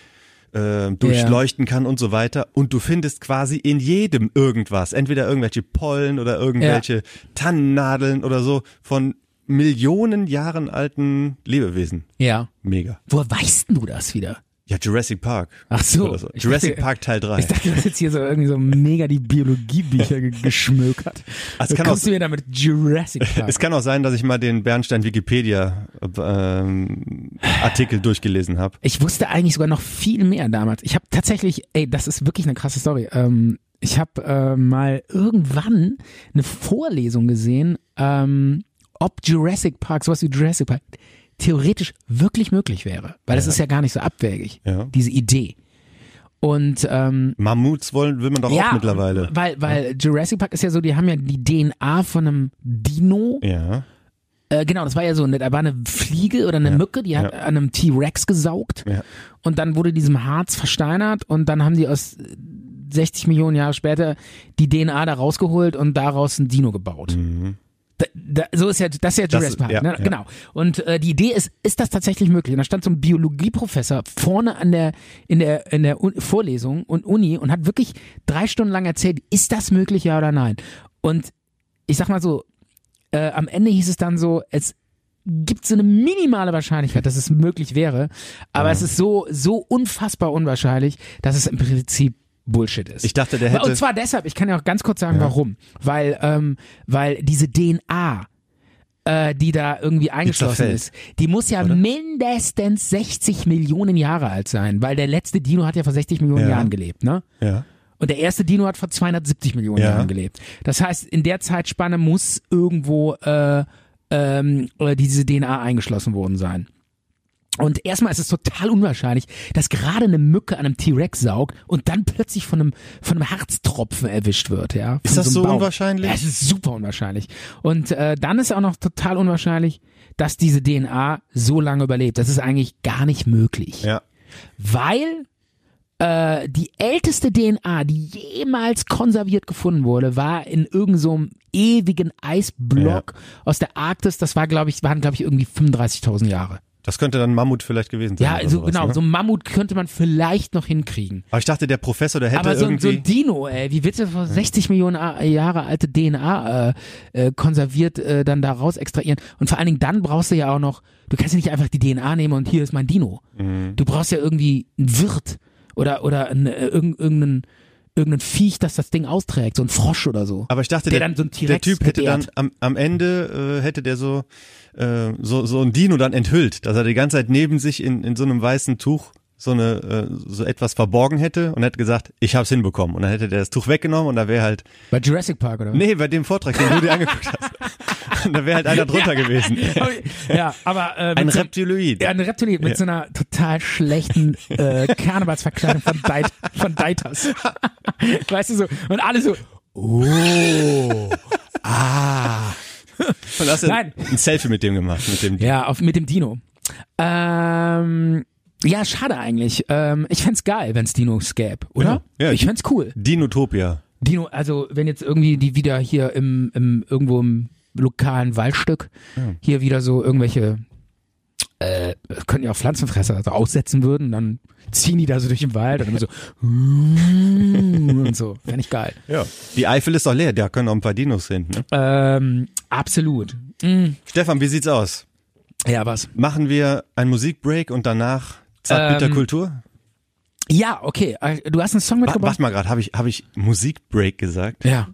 äh, durchleuchten kann und so weiter. Und du findest quasi in jedem irgendwas. Entweder irgendwelche Pollen oder irgendwelche Tannennadeln oder so von Millionen Jahren alten Lebewesen.
Ja.
Mega.
Woher weißt denn du das wieder?
Ja, Jurassic Park.
Ach so.
Oder so.
Ich
Jurassic
dachte-
Park Teil 3.
Ich dachte, du hast jetzt hier so irgendwie so mega die Biologiebücher ge- geschmökert.
Also es kann
kommst
auch-
du mir damit Jurassic Park.
Es kann auch sein, dass ich mal den Bernstein Wikipedia ähm, Artikel durchgelesen habe.
Ich wusste eigentlich sogar noch viel mehr damals. Ich habe tatsächlich, ey, das ist wirklich eine krasse Story. Ähm, ich habe äh, mal irgendwann eine Vorlesung gesehen, ähm, ob Jurassic Park, sowas wie Jurassic Park, theoretisch wirklich möglich wäre. Weil das ist ja gar nicht so abwegig,
Ja.
diese Idee. Und ähm,
Mammuts wollen will man doch auch mittlerweile.
Weil, weil Jurassic Park ist ja so, die haben ja die DNA von einem Dino.
Ja.
Äh, genau, das war ja so, ne, da war eine Fliege oder eine Mücke, die hat
ja.
an einem T-Rex gesaugt.
Ja.
Und dann wurde diesem Harz versteinert und dann haben die aus äh, 60 Millionen Jahre später die DNA da rausgeholt und daraus ein Dino gebaut. Da, da, so ist ja, das ist ja
Mhm. Das-
Jurassic Park,
ja,
ne?
ja.
genau. Und äh, die Idee ist, ist das tatsächlich möglich? Und da stand so ein Biologieprofessor vorne an der, in der, in der Un Vorlesung und Uni und hat wirklich drei Stunden lang erzählt, ist das möglich, ja oder nein? Und ich sag mal so, äh, am Ende hieß es dann so, es gibt so eine minimale Wahrscheinlichkeit, dass es möglich wäre, aber es ist so, so unfassbar unwahrscheinlich, dass es im Prinzip Bullshit ist.
Ich dachte, der hätte-
Und zwar deshalb, ich kann ja auch ganz kurz sagen, warum. Weil, ähm, weil diese DNA, äh, die da irgendwie eingeschlossen
zerfällt.
ist, die muss ja mindestens 60 Millionen Jahre alt sein, weil der letzte Dino hat ja vor 60 Millionen
Ja.
Jahren gelebt, ne?
Ja.
Und der erste Dino hat vor 270 Millionen
Ja.
Jahren gelebt. Das heißt, in der Zeitspanne muss irgendwo äh, ähm, oder diese DNA eingeschlossen worden sein. Und erstmal ist es total unwahrscheinlich, dass gerade eine Mücke an einem T-Rex saugt und dann plötzlich von einem, von einem Harztropfen erwischt wird, ja.
Ist
Von
das
einem
so
Baum.
unwahrscheinlich?
Ja, es ist super unwahrscheinlich. Und äh, dann ist auch noch total unwahrscheinlich, dass diese DNA so lange überlebt. Das ist eigentlich gar nicht möglich
Ja.
weil äh, die älteste DNA, die jemals konserviert gefunden wurde, war in irgendeinem so einem ewigen Eisblock aus der Arktis. Das war, glaube ich, waren, glaube ich, irgendwie 35.000 Jahre.
Das könnte dann Mammut vielleicht gewesen sein.
Ja,
oder
so,
sowas,
genau,
ne?
so ein Mammut könnte man vielleicht noch hinkriegen.
Aber ich dachte, der Professor, der hätte
Aber so, ein- so
irgendwie.
ein Dino, ey, wie wird der vor 60 Millionen A- Jahre alte DNA äh, äh, konserviert äh, dann da raus extrahieren? Und vor allen Dingen dann brauchst du ja auch noch, du kannst ja nicht einfach die DNA nehmen und hier ist mein Dino.
Mhm.
Du brauchst ja irgendwie einen Wirt oder, oder einen, äh, irgend- irgendeinen irgendein Viech, das das Ding austrägt, so ein Frosch oder so.
aber ich dachte,
der
der,
dann so ein
der
T-Rex
Typ hätte dann
gebärt.
am, am Ende äh, hätte der so, äh, so so ein Dino dann enthüllt, dass er die ganze Zeit neben sich in, in so einem weißen Tuch so eine äh, so etwas verborgen hätte und hätte gesagt, ich hab's hinbekommen. Und dann hätte der das Tuch weggenommen und da wäre halt
Bei Jurassic Park oder? was?
Nee, bei dem Vortrag, den du dir angeguckt hast. Und da wäre halt einer drunter gewesen.
ja, aber äh, mit
Ein
so-
Reptiloid.
Ja, ein Reptiloid mit so einer total schlechten äh, Karnevalsverkleidung von, Deit, von Deitas. weißt du so? Und alle so, oh.
Und hast du
Nein.
ein Selfie mit dem gemacht, mit dem
Ja, auf, mit dem Dino. Ähm, ja, schade eigentlich. Ähm, ich fänd's geil, wenn's Dinos gäbe, oder?
Ja, ja.
Ich fänd's cool.
Dinotopia.
Dino, also wenn jetzt irgendwie die wieder hier im, im irgendwo im lokalen Waldstück hier wieder so irgendwelche äh, könnten ja auch Pflanzenfresser so aussetzen würden, dann ziehen die da so durch den Wald und immer so und so. Fände ich geil.
Ja. Die Eifel ist doch leer, da können auch ein paar Dinos hin. Ne?
Ähm, absolut. Mm.
Stefan, wie sieht's aus?
Ja, was?
Machen wir einen Musikbreak und danach Zartbitter
Ähm,
Kultur?
Ja, okay. Äh, Du hast einen Song
Wa
mitgebracht?
warte mal gerade, habe ich, hab ich Musikbreak gesagt?
Ja.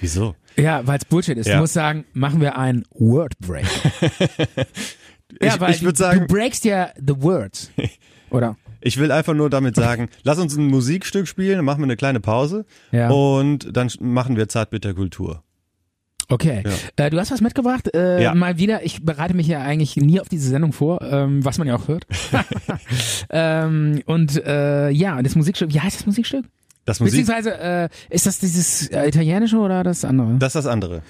Wieso?
Ja, weil's Bullshit ist.
Ja.
Ich muss sagen, machen wir einen Wordbreak. ja,
ich
weil
ich würde
du-
sagen,
du breakst ja the words. Oder?
ich will einfach nur damit sagen, lass uns ein Musikstück spielen, dann machen wir eine kleine Pause
Ja.
und dann sch- machen wir Zartbitter Kultur.
Okay. Äh, du hast was mitgebracht. Äh,
Ja.
Mal wieder, ich bereite mich ja eigentlich nie auf diese Sendung vor, ähm, was man ja auch hört. ähm, und äh, ja, das Musikstück, wie heißt das Musikstück?
Das Musik,
Beziehungsweise, äh, ist das dieses äh, italienische oder das andere?
das ist das andere.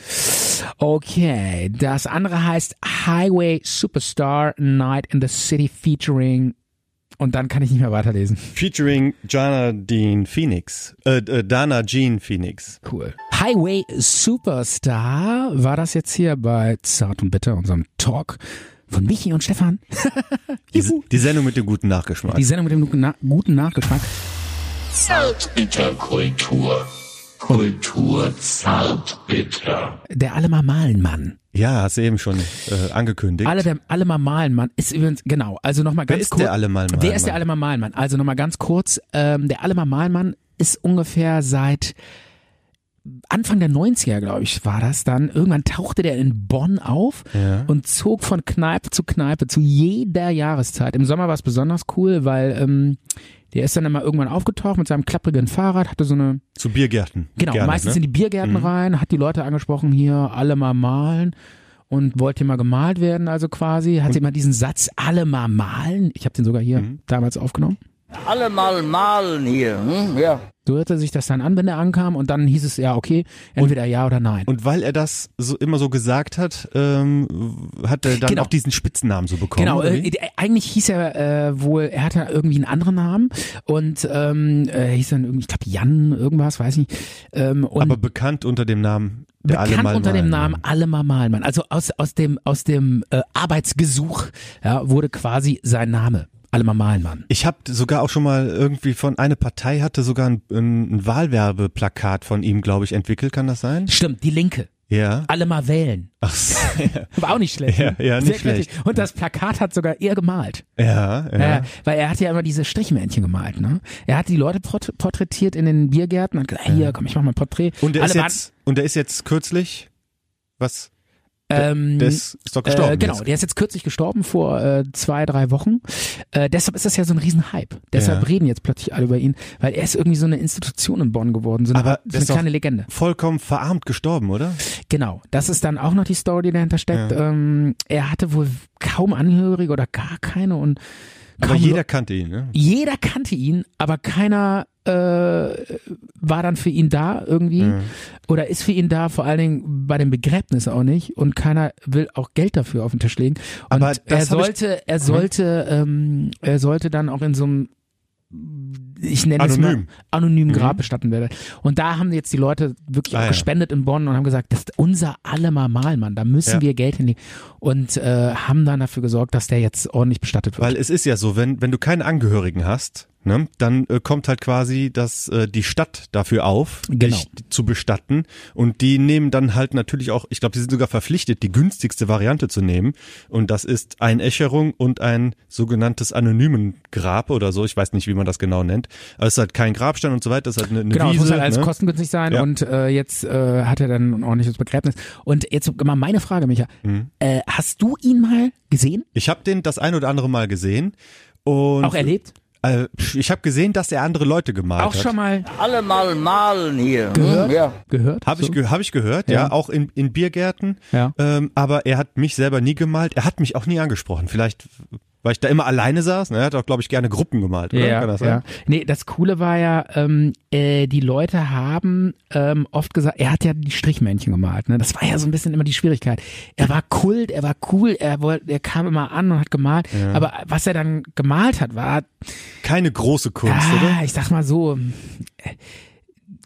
Okay, das andere heißt Highway Superstar Night in the City featuring und dann kann ich nicht mehr weiterlesen.
Featuring Jana Dean Phoenix. Äh, äh, Dana Jean Phoenix.
Cool. Highway Superstar war das jetzt hier bei Zart und Bitter, unserem Talk von Michi und Stefan.
Die, die Sendung mit dem guten Nachgeschmack.
Die Sendung mit dem guten Na- guten Nachgeschmack.
Zartbitter Kultur. Kultur zartbitter.
Der Allemal-Malenmann.
ja, hast du eben schon äh, angekündigt.
Alle der Allemal-Malenmann ist übrigens, genau, also nochmal
Wer
ganz
ist
kurz.
der allemal Malenmann?
Wer ist der Allemal-Malenmann? Also nochmal ganz kurz, ähm, der Allemal-Malenmann ist ungefähr seit Anfang der 90er, glaube ich, war das dann. Irgendwann tauchte der in Bonn auf und zog von Kneipe zu Kneipe zu jeder Jahreszeit. Im Sommer war es besonders cool, weil ähm, der ist dann immer irgendwann aufgetaucht mit seinem klapprigen Fahrrad, hatte so eine
Zu Biergärten.
Genau,
Gerne,
meistens in
ne?
die Biergärten rein, hat die Leute angesprochen, hier alle mal malen und wollte mal gemalt werden, also quasi. Hat sie immer diesen Satz, alle mal malen. Ich habe den sogar hier
Mhm.
damals aufgenommen.
alle mal malen hier. Hm? Ja.
So hörte sich das dann an, wenn er ankam und dann hieß es ja, okay, entweder ja oder nein.
Und weil er das so immer so gesagt hat, ähm, hat er dann
Genau.
auch diesen Spitznamen so bekommen.
Genau,
oder
äh,
wie?
äh, eigentlich hieß er äh, wohl, er hatte irgendwie einen anderen Namen und ähm, äh, hieß dann irgendwie, ich glaube Jan irgendwas, weiß nicht. Ähm, und
aber bekannt unter dem Namen der
bekannt
Allemal
unter dem
Malenmann.
Namen Alemar Malmann. Also aus, aus dem, aus dem äh, Arbeitsgesuch ja, wurde quasi sein Name. Alemar Malmann.
Ich habe sogar auch schon mal irgendwie von eine Partei hatte sogar ein, ein, ein Wahlwerbeplakat von ihm, glaube ich, entwickelt. Kann das sein?
Stimmt, die Linke.
Ja.
Alemar wählen.
Ach, so.
War auch nicht schlecht.
Ja,
ne?
ja, nicht
Sehr kreativ. Und das Plakat hat sogar er gemalt.
ja, ja.
Äh, weil er hat ja immer diese Strichmännchen gemalt. Ne? Er hat die Leute porträ- porträtiert in den Biergärten und gesagt, hier, komm, ich mach mal ein Porträt.
Und der
Alle
ist jetzt und der ist jetzt kürzlich was
waren, ähm,
der ist, ist doch gestorben.
Äh, genau,
jetzt.
der ist jetzt kürzlich gestorben vor äh, zwei, drei Wochen. Äh, deshalb ist das ja so ein Riesenhype. Deshalb
Ja.
reden jetzt plötzlich alle über ihn, weil er ist irgendwie so eine Institution in Bonn geworden, so eine,
Aber
so
das
eine
ist doch-
kleine Legende.
Vollkommen verarmt gestorben, oder?
Genau, das ist dann auch noch die Story, die dahinter steckt. Ähm, er hatte wohl kaum Angehörige oder gar keine und
Aber
kaum
jeder kannte ihn, ne?
jeder kannte ihn, aber keiner äh, war dann für ihn da irgendwie
Mhm.
oder ist für ihn da, vor allen Dingen bei dem Begräbnis auch nicht und keiner will auch Geld dafür auf den Tisch legen. Und
Aber
er
das hab ich- Mhm.
sollte, er sollte, ähm, er sollte dann auch in so einem ich nenne es mal
Anonym. Mhm.
anonym Grab bestatten werde. Und da haben jetzt die Leute wirklich
Ah,
auch
ja.
gespendet in Bonn und haben gesagt, das ist unser Allemal Malmann, da müssen
Ja.
wir Geld hinlegen. Und äh, haben dann dafür gesorgt, dass der jetzt ordentlich bestattet wird.
Weil es ist ja so, wenn, wenn du keine Angehörigen hast, ne, dann äh, kommt halt quasi das, äh, die Stadt dafür auf,
Genau.
dich zu bestatten. Und die nehmen dann halt natürlich auch, ich glaube, die sind sogar verpflichtet, die günstigste Variante zu nehmen. Und das ist Einäscherung und ein sogenanntes anonymen Grab oder so. Ich weiß nicht, wie man das genau nennt. Also es ist halt kein Grabstein und so weiter, es ist halt eine, eine
Genau, es
Wiese.
muss halt alles
ne?
kostengünstig sein
Ja.
und äh, jetzt äh, hat er dann ein ordentliches Begräbnis. Und jetzt mal meine Frage, Micha.
Mhm.
Äh, hast du ihn mal gesehen?
Ich habe den das ein oder andere Mal gesehen. Und
Auch erlebt?
Äh, ich habe gesehen, dass er andere Leute gemalt
Auch
hat.
schon mal
Alle mal malen hier.
gehört?
Hm? Ja.
Gehört?
Habe
So?
ich, ge hab ich gehört, ja,
Ja.
auch in, in Biergärten.
Ja.
Ähm, aber er hat mich selber nie gemalt. Er hat mich auch nie angesprochen. Vielleicht, weil ich da immer alleine saß. Ne? Er hat auch, glaube ich, gerne Gruppen gemalt, oder?
Ja,
Kann das
ja.
sein?
Nee, das Coole war ja, ähm, äh, die Leute haben ähm, oft gesagt, er hat ja die Strichmännchen gemalt. Ne? Das war ja so ein bisschen immer die Schwierigkeit. Er war Kult, er war cool, er, wollte, er kam immer an und hat gemalt. Aber was er dann gemalt hat, war,
Keine große Kunst, oder?
ah, ich sag mal so, äh,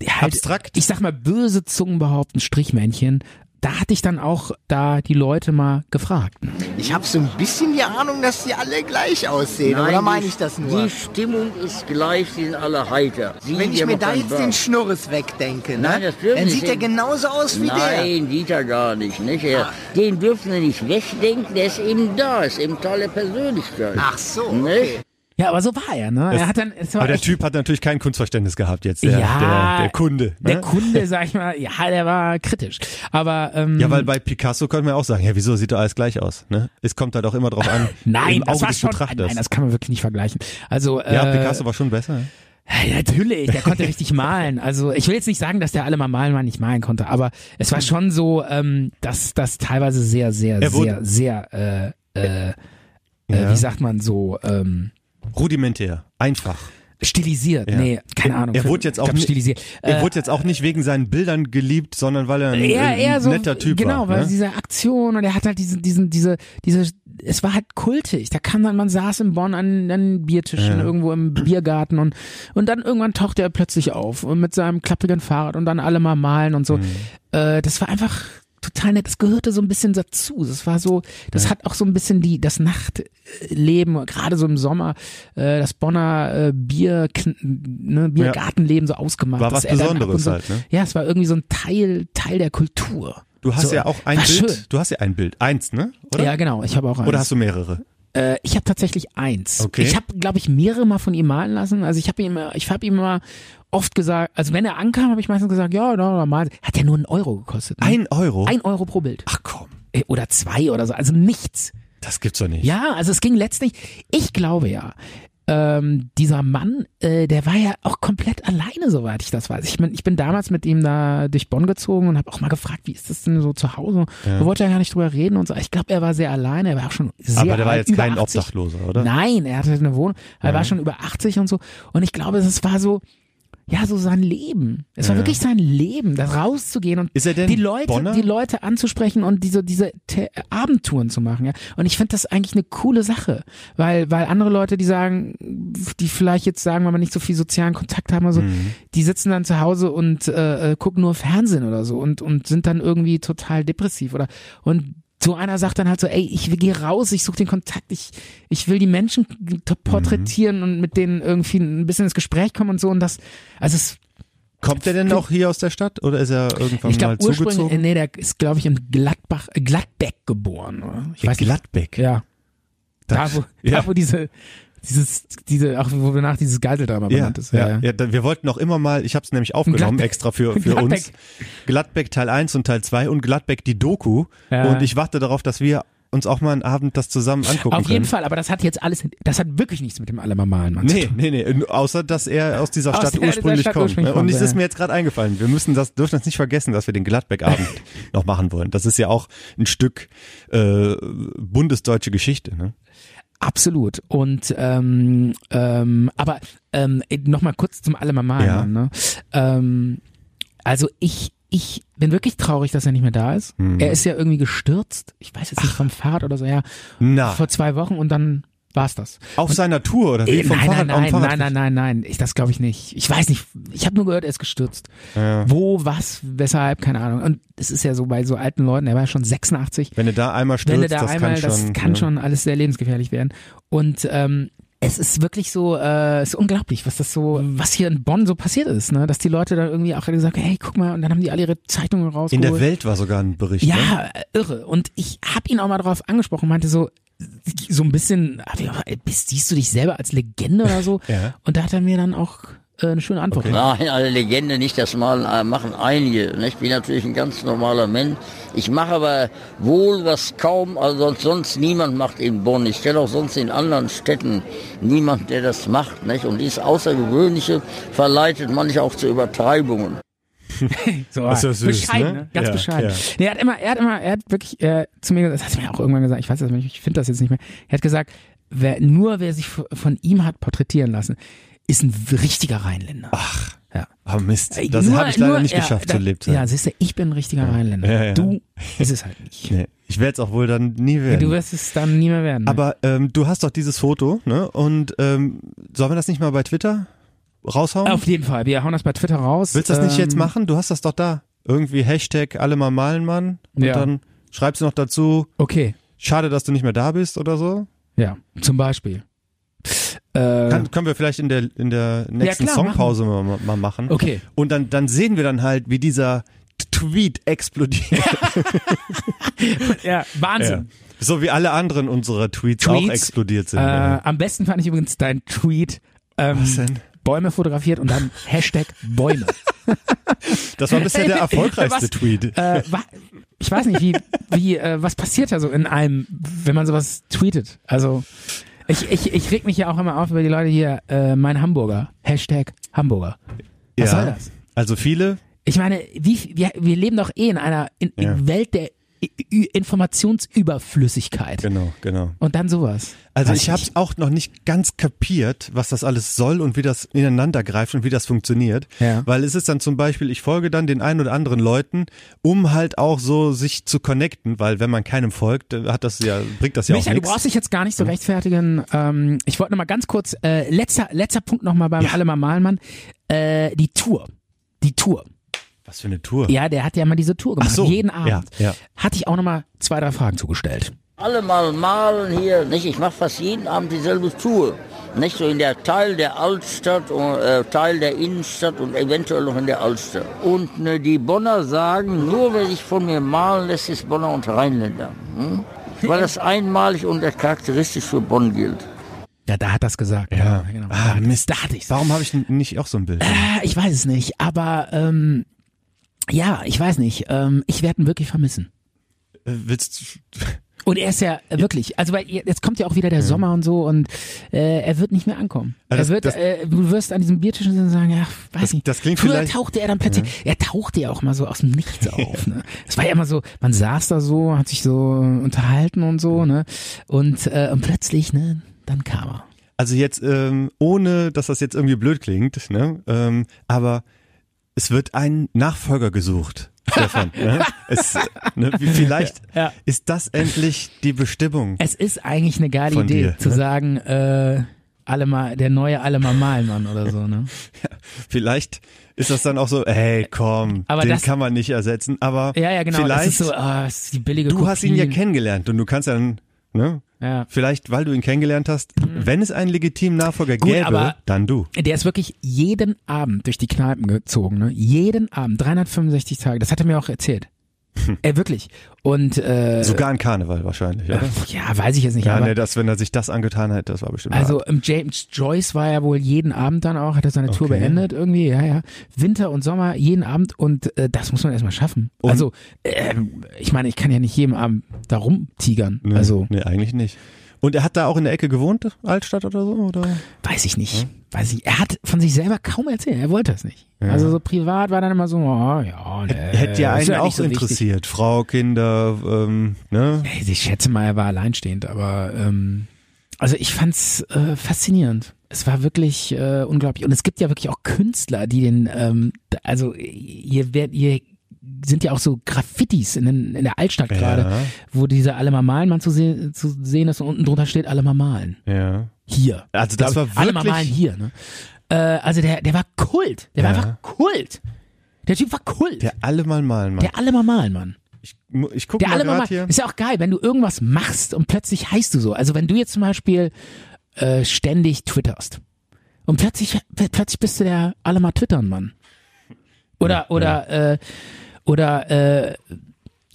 halt,
Abstrakt.
ich sag mal böse Zungen behaupten Strichmännchen. Da hatte ich dann auch da die Leute mal gefragt. ne?
Ich habe so ein bisschen die Ahnung, dass die alle gleich aussehen, oder meine ich das nur?
Die Stimmung ist gleich, die sind alle heiter. Sie,
Wenn
die
ich mir
haben
da
keinen
jetzt
Bock.
den Schnurres wegdenke, ne?
Nein, das dürfen
dann
nicht.
sieht er genauso aus wie Ah.
Nein, sieht er gar nicht. nicht? Er, den dürfen wir nicht wegdenken, der ist eben da, ist eben tolle Persönlichkeit.
der. Ach so,
Nicht?
okay.
Ja, aber so war er, ne? er
Das-
hat dann, es war
Aber der
echt-
Typ hat natürlich kein Kunstverständnis gehabt jetzt, der, der, der Kunde. Ne?
Der Kunde, sag ich mal, ja, der war kritisch. Aber ähm,
ja, weil bei Picasso könnte man auch sagen, ja, wieso sieht er alles gleich aus? Ne? Es kommt halt auch immer drauf an,
nein,
im
das
Auge
war
des
schon,
Betrachters.
nein, das kann man wirklich nicht vergleichen. Also
ja,
äh,
Picasso war schon besser.
natürlich, der konnte richtig malen. Also ich will jetzt nicht sagen, dass der alle mal malen, mal nicht malen konnte, aber es war schon so, ähm, dass das teilweise sehr, sehr,
Er wurde-
sehr, sehr, äh, äh, äh,
Ja.
wie sagt man so, ähm,
Rudimentär, einfach.
stilisiert.
Ja.
Nee, keine Ahnung.
Er wurde jetzt auch
ich glaub,
nicht-
stilisiert.
Er
Äh,
wurde jetzt auch nicht wegen seinen Bildern geliebt, sondern weil er ein,
eher,
ein
eher so,
netter Typ
genau,
war.
weil
ne?
diese Aktion und er hat halt diesen, diesen, diese, diese, es war halt kultig. Da kam dann, man saß in Bonn an, an Biertischen, irgendwo im Biergarten und, und dann irgendwann tauchte er plötzlich auf und mit seinem klapprigen Fahrrad und dann alle mal malen und so.
Mhm.
Äh, das war einfach total nett. Das gehörte so ein bisschen dazu. Das war so, das hat auch so ein bisschen die, das Nachtleben, gerade so im Sommer, äh, das Bonner äh, Bier, ne, Biergartenleben so ausgemacht.
War
dass
was
er dann ab und
Besonderes
so,
halt, ne?
Ja, es war irgendwie so ein Teil, Teil der Kultur.
Du hast
So,
ja auch ein
war
Bild.
Schön.
Du hast ja ein Bild. Eins, ne? Oder?
Ja, genau. Ich habe auch eins.
Oder hast du mehrere?
äh, ich habe tatsächlich eins.
Okay.
Ich habe, glaube ich, mehrere mal von ihm malen lassen. Also ich habe ihm, äh, ich habe ihm immer oft gesagt, also wenn er ankam, habe ich meistens gesagt, ja, da mal. Hat ja nur einen Euro gekostet. Ne?
Ein Euro?
Ein Euro pro Bild.
Ach komm,
Äh, Oder zwei oder so. Also nichts.
das gibt's doch nicht.
Ja, also es ging letztlich, ich glaube ja, ähm, dieser Mann, äh, der war ja auch komplett alleine, soweit ich das weiß. Ich bin, ich bin damals mit ihm da durch Bonn gezogen und habe auch mal gefragt, wie ist das denn so zu Hause? Da wollte er gar nicht drüber reden und so. Ich glaube, er war sehr alleine, er war auch schon sehr
Aber der war
alt,
jetzt
über
kein
80.
Obdachloser, oder?
Nein, er hatte eine Wohnung, er war schon über 80 und so. Und ich glaube, es war so, ja, so sein Leben. Es war wirklich sein Leben, da rauszugehen und
Ist er denn
die Leute,
Bonner?
die Leute anzusprechen und diese, diese Te Abendtouren zu machen, ja. Und ich finde das eigentlich eine coole Sache, weil, weil andere Leute, die sagen, die vielleicht jetzt sagen, weil wir nicht so viel sozialen Kontakt haben oder so, die sitzen dann zu Hause und äh, äh, gucken nur Fernsehen oder so und, und sind dann irgendwie total depressiv oder, und so einer sagt dann halt so, ey, ich gehe raus, ich suche den Kontakt, ich, ich will die Menschen porträtieren und mit denen irgendwie ein bisschen ins Gespräch kommen und so und das, also es
Kommt der denn auch hier aus der Stadt oder ist er irgendwann
ich glaube
mal
ursprünglich, äh,
zugezogen?
nee, der ist glaube ich in Gladbach, äh, Gladbeck geboren, oder? Ich weiß nicht.
Gladbeck.
Ja. Da wo,
ja.
da, wo diese, dieses, diese, auch wo danach dieses Geiseldrama
Ja,
benannt ist.
ja, ja. dann- wir wollten auch immer mal, ich habe es nämlich aufgenommen
Gladbeck.
extra für, für uns.
Gladbeck.
Gladbeck Teil 1 und Teil 2 und Gladbeck die Doku.
Ja.
Und ich warte darauf, dass wir uns auch mal einen Abend das zusammen angucken
Auf jeden
können.
Fall, aber das hat jetzt alles, das hat wirklich nichts mit dem Allermamalen Mann zu
Nee,
tun.
nee, nee, außer dass er aus dieser
Aus
Stadt
der- der
ursprünglich
Stadt
kommt.
ursprünglich
ne? Und
kommt,
es
ja.
ist mir jetzt gerade eingefallen, wir müssen das, dürfen das nicht vergessen, dass wir den Gladbeck-Abend noch machen wollen. Das ist ja auch ein Stück äh, bundesdeutsche Geschichte. Ne?
Absolut. Und ähm, ähm, aber ähm, nochmal kurz zum Allemal.
Ja.
Ne? Ähm, also ich, ich bin wirklich traurig, dass er nicht mehr da ist.
Mhm.
Er ist ja irgendwie gestürzt. Ich weiß jetzt nicht vom Fahrrad oder so, ja.
Na.
Vor zwei Wochen und dann war's das.
Auf seiner Tour oder wie?
Äh,
Vom
nein,
Fahrrad,
nein,
am
nein,
Fahrrad
nein, nein, nein, nein, ich, das glaube ich nicht. Ich weiß nicht, ich habe nur gehört, er ist gestürzt. Wo, was, weshalb, keine Ahnung. Und es ist ja so bei so alten Leuten, er war ja schon 86.
Wenn du da einmal stürzt,
Wenn du da
das
einmal,
kann schon.
das kann
ne?
schon alles sehr lebensgefährlich werden. Und ähm, es ist wirklich so, äh, es ist unglaublich, was das so, was hier in Bonn so passiert ist, ne? Dass die Leute dann irgendwie auch gesagt haben, hey, guck mal, und dann haben die alle ihre Zeitungen rausgeholt.
In der Welt war sogar ein Bericht. ne?
Ja, irre. Und ich hab ihn auch mal drauf angesprochen, meinte so, so ein bisschen, hab ich auch, ey, bist, siehst du dich selber als Legende oder so?
Ja.
Und da hat er mir dann auch äh, eine schöne Antwort gegeben.
Nein, also Legende nicht, das malen, äh, machen einige. ne? Ich bin natürlich ein ganz normaler Mensch. Ich mache aber wohl, was kaum, also sonst, sonst niemand macht in Bonn. Ich kenne auch sonst in anderen Städten niemand, der das macht. Nicht? Und dieses Außergewöhnliche verleitet manche auch zu Übertreibungen.
So,
Das ist ja süß,
bescheiden,
ne?
ne? ganz
Ja,
bescheiden.
ja.
Nee, er hat immer, er hat immer, er hat wirklich äh, zu mir gesagt, das hat er mir auch irgendwann gesagt, ich weiß das nicht, ich finde das jetzt nicht mehr. Er hat gesagt, wer, nur wer sich f- von ihm hat porträtieren lassen, ist ein richtiger Rheinländer. Ach. Ja.
Ah, Mist.
Ey,
Das
nur-
habe ich leider
nur
nicht
er-
geschafft
da,
zu Lebzeiten.
Ja, siehst du, ich bin ein richtiger Rheinländer.
Ja, ja.
Du ist es halt nicht.
Nee, ich werde es auch wohl dann nie werden.
Du wirst es dann nie mehr werden. ne?
Aber ähm, du hast doch dieses Foto, ne? Und ähm, sollen wir das nicht mal bei Twitter raushauen?
Auf jeden Fall. Wir hauen das bei Twitter raus.
Willst du das nicht
Ähm,
jetzt machen? Du hast das doch da. Irgendwie Hashtag alle mal malen, Mann. Und
Ja.
dann schreibst du noch dazu,
Okay.
schade, dass du nicht mehr da bist oder so.
Ja. Zum Beispiel. Äh,
Kann, können wir vielleicht in der, in der nächsten
klar,
Songpause mal, mal machen.
Okay.
Und dann, dann sehen wir dann halt, wie dieser T- Tweet explodiert.
ja,
Ja.
Wahnsinn.
So wie alle anderen unserer Tweets, auch
Tweets,
explodiert sind.
Äh, am besten fand ich übrigens deinen Tweet. Ähm,
Was denn?
Bäume fotografiert und dann Hashtag Bäume.
Das war bisher der erfolgreichste
Was?
Tweet.
äh, wa ich weiß nicht, wie, wie äh, was passiert da so in einem, wenn man sowas tweetet? Also ich, ich, ich reg mich ja auch immer auf über die Leute hier, äh, mein Hamburger, Hashtag Hamburger. Was soll das?
Also viele,
Ich meine, wie, wir, wir leben doch eh in einer in, in
Ja.
Welt der I- Ü- Informationsüberflüssigkeit.
genau, genau.
Und dann sowas.
Also
Weiß
ich habe es auch noch nicht ganz kapiert, was das alles soll und wie das ineinander greift und wie das funktioniert.
Ja.
Weil es ist dann zum Beispiel, ich folge dann den einen oder anderen Leuten, um halt auch so sich zu connecten, weil wenn man keinem folgt, dann hat das ja, bringt das ja
Michael,
auch
du
Mhm.
brauchst
nichts.
dich jetzt gar nicht so rechtfertigen. Ähm, ich wollte noch mal ganz kurz, äh, letzter, letzter Punkt noch mal beim ja. Allemann Malmann. Äh, die Tour. Die Tour.
Was für eine Tour.
Ja, der hat ja mal diese Tour gemacht.
Ach so.
Jeden
Ja,
Abend.
ja.
Hatte ich auch noch mal zwei, drei Fragen zugestellt.
alle mal malen hier, nicht? Ich mache fast jeden Abend dieselbe Tour. Nicht so in der Teil der Altstadt, und, äh, Teil der Innenstadt und eventuell noch in der Altstadt. Und ne, die Bonner sagen, nur wer sich von mir malen lässt, ist Bonner und Rheinländer. Hm? Weil das einmalig und charakteristisch für Bonn gilt.
Ja, da hat das gesagt. Ja, genau.
Ah,
da,
Mist.
Da hatte ich's.
Warum habe ich n- nicht auch so ein Bild?
Ah, Ich weiß es nicht, aber ähm, ja, ich weiß nicht. Ähm, ich werde ihn wirklich vermissen.
Äh, Willst du-
Und er ist ja äh, wirklich, also weil ihr- jetzt kommt ja auch wieder der Sommer und so und äh, er wird nicht mehr ankommen.
Also Mhm. das-
er wird, äh,
das-
du wirst an diesem Biertisch sitzen und sagen, ja, weiß
Das-
nicht.
das klingt
Früher
vielleicht- Mhm.
tauchte er dann plötzlich, er tauchte ja auch mal so aus dem Nichts auf. Ne? Es war ja immer so, man saß da so, hat sich so unterhalten und so,
Mhm.
ne? Und, äh, und plötzlich, ne, dann kam er.
Also jetzt, ähm, ohne dass das jetzt irgendwie blöd klingt, ne? ähm, aber es wird ein Nachfolger gesucht, Stefan. ne? Es, ne? wie- Vielleicht
Ja.
ist das endlich die Bestimmung.
Es ist eigentlich eine geile
Von
Idee,
dir,
zu
ne?
sagen, äh, Allemal, der neue Allemal Malenmann oder so, ne?
Vielleicht ist das dann auch so, hey, komm,
Aber
den
das-
kann man nicht ersetzen. Aber
Ja, ja, genau.
vielleicht,
das ist so, ah, das ist die billige
du hast ihn
Kopie.
ja kennengelernt und du kannst dann, ne?
Ja. Mhm.
Vielleicht, weil du ihn kennengelernt hast, wenn es einen legitimen Nachfolger gäbe,
aber-
dann du.
Der ist wirklich jeden Abend durch die Kneipen gezogen, ne? Jeden Abend, 365 Tage. Das hat er mir auch erzählt.
Hm.
Äh, wirklich. Und äh,
Sogar an Karneval wahrscheinlich, oder?
ja, weiß ich jetzt nicht.
Ja, ne,
aber,
nee, das, wenn er sich das angetan hätte, das war bestimmt
also ähm, James Joyce war ja wohl jeden Abend dann auch, hat er seine Tour
Okay.
beendet irgendwie, ja, ja. Winter und Sommer, jeden Abend und äh, das muss man erstmal schaffen.
Und-
also, ähm, ich meine, ich kann ja nicht jeden Abend da rumtigern.
Nee,
Also,
Nee, eigentlich nicht. Und er hat da auch in der Ecke gewohnt, Altstadt oder so? Oder?
Weiß ich nicht.
Hm?
Weiß ich. Er hat von sich selber kaum erzählt. Er wollte es nicht. Also so privat war dann immer so, oh, ja, nee,
Hätte ja
ist
einen auch
nicht so wichtig.
interessiert. Frau, Kinder, ähm, ne?
Ey, Ich schätze mal, er war alleinstehend, aber ähm, also ich fand's äh, faszinierend. Es war wirklich äh, unglaublich. Und es gibt ja wirklich auch Künstler, die den, ähm, da- also ihr werdet, ihr sind ja auch so Graffitis in, den, in der Altstadt gerade, wo dieser Allemal malen Mann zu, se zu sehen ist und unten drunter steht Allemal malen.
Ja.
Hier.
Also das
Glaub
war
ich, Allemal
wirklich-
malen hier. Ne? Äh, also der, der war Kult. Der war
Ja.
einfach Kult. Der Typ war Kult.
Der allemal malen, Mann.
der Allemal malen Mann.
Ich, mu- ich gucke
Der
mal
alle
gerade
mal,
hier.
ist ja auch geil, wenn du irgendwas machst und plötzlich heißt du so. Also wenn du jetzt zum Beispiel äh, ständig twitterst und plötzlich pl- plötzlich bist du der alle mal twittern Mann. Oder oder äh, oder äh,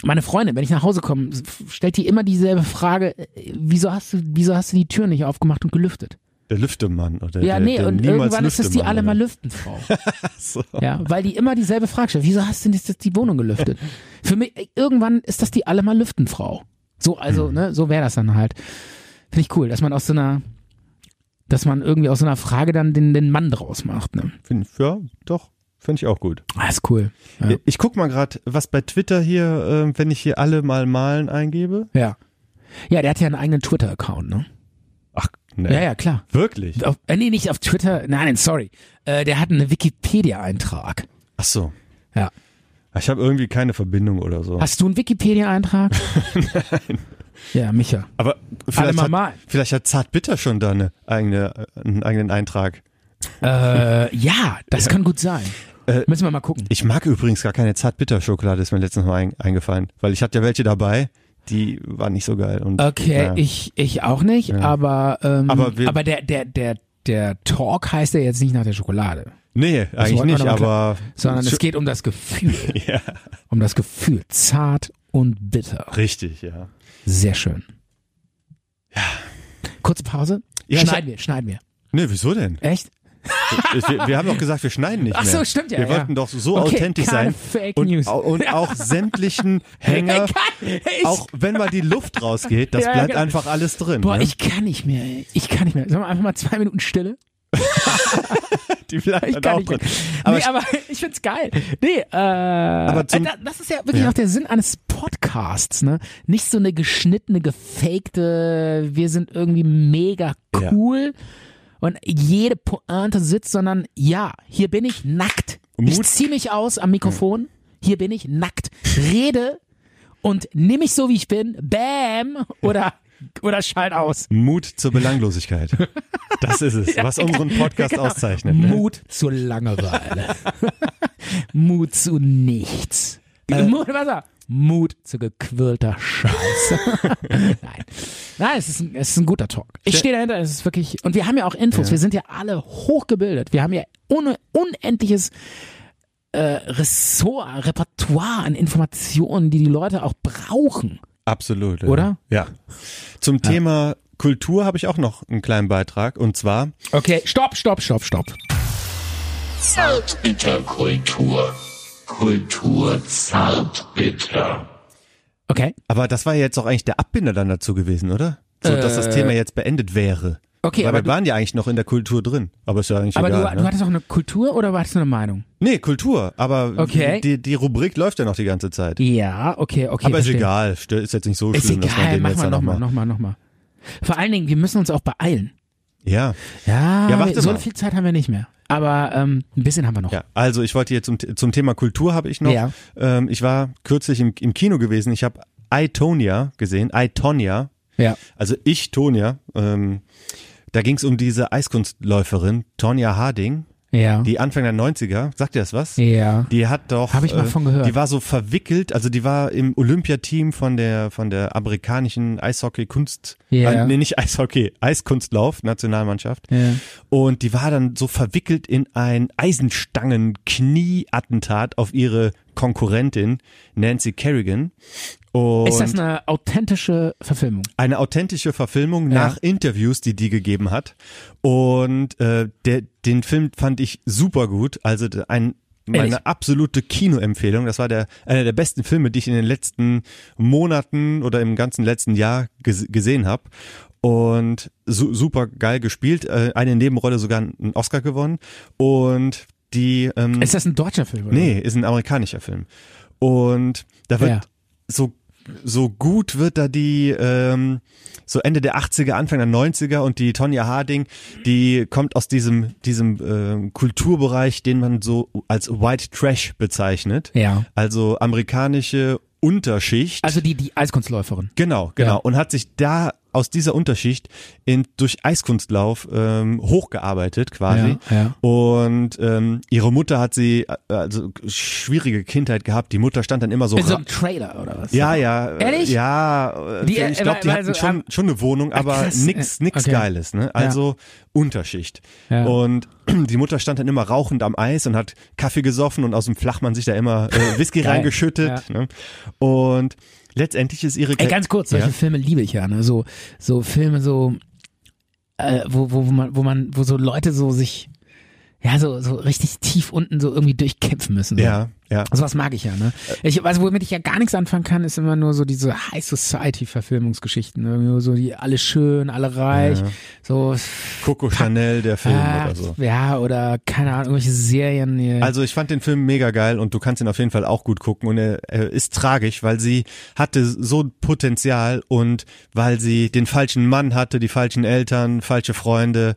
meine Freundin, wenn ich nach Hause komme, f- stellt die immer dieselbe Frage: äh, Wieso hast du wieso hast du die Tür nicht aufgemacht und gelüftet?
Der Lüftemann. Oder
Ja,
der,
nee,
der
und
niemals
irgendwann ist es die
Lüftemann,
alle mal
oder?
Lüftenfrau. Ja, weil die immer dieselbe Frage stellt. Wieso hast du denn jetzt die Wohnung gelüftet? Für mich, irgendwann ist das die allemal Lüftenfrau. So, also, ne, so wäre das dann halt. Finde ich cool, dass man aus so einer, dass man irgendwie aus so einer Frage dann den, den Mann draus macht, ne.
Find, ja, doch. Finde ich auch gut.
Ah, ist cool. Ja.
Ich guck mal gerade, was bei Twitter hier, äh, wenn ich hier alle mal malen eingebe.
Ja. Ja, der hat ja einen eigenen Twitter-Account, ne?
Ach, nee.
Ja, ja, klar.
Wirklich?
Auf, äh, nee, nicht auf Twitter, nein, nein, sorry. Äh, der hat einen Wikipedia-Eintrag.
Ach so.
Ja.
Ich habe irgendwie keine Verbindung oder so.
Hast du einen Wikipedia-Eintrag? nein. Ja, Micha.
Aber vielleicht
Allemal
hat,
malen.
vielleicht hat Zartbitter schon da eine eigene, einen eigenen Eintrag.
Äh, ja, das kann gut sein.
Äh,
Müssen wir mal gucken.
Ich mag übrigens gar keine Zartbitter-Schokolade, ist mir letztens mal ein, eingefallen, weil ich hatte ja welche dabei, die waren nicht so geil. Und,
Okay,
naja.
ich, ich auch nicht, aber, ähm,
Aber wir-
aber der, der, der, der Talk heißt ja jetzt nicht nach der Schokolade,
Nee, eigentlich
wollten wir
nicht,
noch mal
aber.
sondern
Scho-
es geht um das Gefühl.
Ja.
Um das Gefühl. Zart und bitter.
Richtig, ja.
Sehr schön. Ja. Kurze Pause.
Ja, ich
schneiden wir, schneiden wir.
Nee, wieso denn?
Echt?
Ich, wir, wir haben doch gesagt, wir schneiden nicht
Ach
mehr.
so, stimmt ja,
Wir
ja.
wollten doch so
Okay,
authentisch
keine
sein.
Fake
und,
News.
au- und auch sämtlichen Hänger,
Ey, kann, ey, ich,
auch wenn mal die Luft rausgeht, das
Ja, ja,
bleibt
genau.
einfach alles drin.
boah,
ne?
ich kann nicht mehr, ey. ich kann nicht mehr. Sollen wir einfach mal zwei Minuten Stille?
die bleibt
Ich
dann
kann
auch
nicht mehr.
drin. Äh, Aber
nee, aber ich find's geil. Nee, äh, aber äh,
zum-
das ist ja wirklich auch der Sinn eines Podcasts, ne? Nicht so eine geschnittene, gefakte, wir sind irgendwie mega
Ja.
cool und jede Pointe sitzt, sondern ja, hier bin ich nackt. Ich
Mut-
zieh mich aus am Mikrofon, hier bin ich nackt. Rede und nimm mich so, wie ich bin, bam, oder, oder schalt aus.
Mut zur Belanglosigkeit. Das ist es, was unseren Podcast auszeichnet. Ne?
genau. Mut zur Langeweile. Mut zu nichts.
Äh.
Äh, Mut, was war? Mut zu gequirlter Scheiße. Nein. Nein, es ist, ein, es ist ein guter Talk. Ich stehe dahinter, es ist wirklich. Und wir haben ja auch Infos, wir sind ja alle hochgebildet. Wir haben ja un, unendliches äh, Ressort, Repertoire an Informationen, die die Leute auch brauchen.
Absolut. ja.
Oder?
Ja. Zum Thema Kultur habe ich auch noch einen kleinen Beitrag. Und zwar,
Okay, stopp, stopp, stopp, stopp.
Interkultur. Kultur Zartbitter.
Okay.
aber das war ja jetzt auch eigentlich der Abbinder dann dazu gewesen, oder? So, dass das Thema jetzt beendet wäre.
Äh. Okay,
Weil
aber
wir
du-
waren ja eigentlich noch in der Kultur drin. Aber ist ja eigentlich
Aber
egal.
du, du
ne?
hattest auch eine Kultur oder hattest du eine Meinung?
nee, Kultur. Aber
Okay.
die, die Rubrik läuft ja noch die ganze Zeit.
Ja, okay, okay.
aber ist
verstehe.
egal. Stö- Ist jetzt nicht so
Ist
schlimm, dass man
egal,
den
mach
jetzt
mal
dann
nochmal, nochmal,
nochmal.
nochmal. Vor allen Dingen, wir müssen uns auch beeilen.
Ja.
Ja,
Ja, warte
wir, so
mal.
viel Zeit haben wir nicht mehr. Aber ähm, ein bisschen haben wir noch.
Ja, also ich wollte hier zum, zum Thema Kultur habe ich noch.
Ja.
Ähm, ich war kürzlich im, im Kino gewesen. Ich habe Itonia gesehen. Itonia.
Ja.
Also ich, Tonia. Ähm, da ging es um diese Eiskunstläuferin, Tonya Harding,
Ja.
die Anfang der 90er. Sagt ihr das was?
ja.
Die hat doch. äh,
Hab ich mal von gehört.
Die war so verwickelt, also die war im Olympiateam von der von der amerikanischen Eishockey-Kunst.
Ja.
Äh, nee, nicht Eishockey, Eiskunstlauf, Nationalmannschaft.
Ja.
Und die war dann so verwickelt in ein Eisenstangen-Knie-Attentat auf ihre Konkurrentin Nancy Kerrigan. Und
Ist das eine authentische Verfilmung?
eine authentische Verfilmung nach Interviews, die die gegeben hat. Und äh, der, den Film fand ich super gut. Also d- ein meine
Ehrlich?
absolute Kinoempfehlung. Das war der einer der besten Filme, die ich in den letzten Monaten oder im ganzen letzten Jahr ges gesehen habe. Und su super geil gespielt. Äh, eine Nebenrolle sogar einen Oscar gewonnen. Und die ähm,
Ist das ein deutscher Film? Oder?
Nee, ist ein amerikanischer Film. Und da wird
Ja.
so so gut wird da die, ähm, so Ende der 80er, Anfang der 90er und die Tonja Harding, die kommt aus diesem, diesem ähm, Kulturbereich, den man so als White Trash bezeichnet.
Ja.
Also amerikanische Unterschicht.
Also die, die Eiskunstläuferin.
Genau, genau.
Ja.
Und hat sich da aus dieser Unterschicht in, durch Eiskunstlauf ähm, hochgearbeitet quasi.
Ja, ja.
Und ähm, ihre Mutter hat sie, äh, also schwierige Kindheit gehabt. Die Mutter stand dann immer so.
In so
ra-
einem Trailer oder was?
ja, ja. äh,
Ehrlich?
Ja, äh,
Die, äh,
ich glaube, die
weil-
hatten
weil so,
schon,
ähm,
schon eine Wohnung, aber
krass,
nix,
äh,
nix
okay.
Geiles, ne? Also Unterschicht.
Ja.
Und die Mutter stand dann immer rauchend am Eis und hat Kaffee gesoffen und aus dem Flachmann sich da immer äh, Whisky
Geil,
reingeschüttet. Ne? Und letztendlich ist ihre
Ey, ganz kurz, solche
Ja.
Filme liebe ich ja, ne? So, so Filme, so, äh, wo, wo, wo man, wo man, wo so Leute so sich, ja, so, so richtig tief unten so irgendwie durchkämpfen müssen. So.
Ja, ja.
Sowas mag ich ja, ne? Ich, also womit ich ja gar nichts anfangen kann, ist immer nur so diese High Society Verfilmungsgeschichten. Irgendwie nur so die alle schön, alle reich, so
Coco Chanel, der Film
ah,
oder so.
ja, oder keine Ahnung, irgendwelche Serien. die-
Also ich fand den Film mega geil und du kannst ihn auf jeden Fall auch gut gucken und er, er ist tragisch, weil sie hatte so Potenzial und weil sie den falschen Mann hatte, die falschen Eltern, falsche Freunde,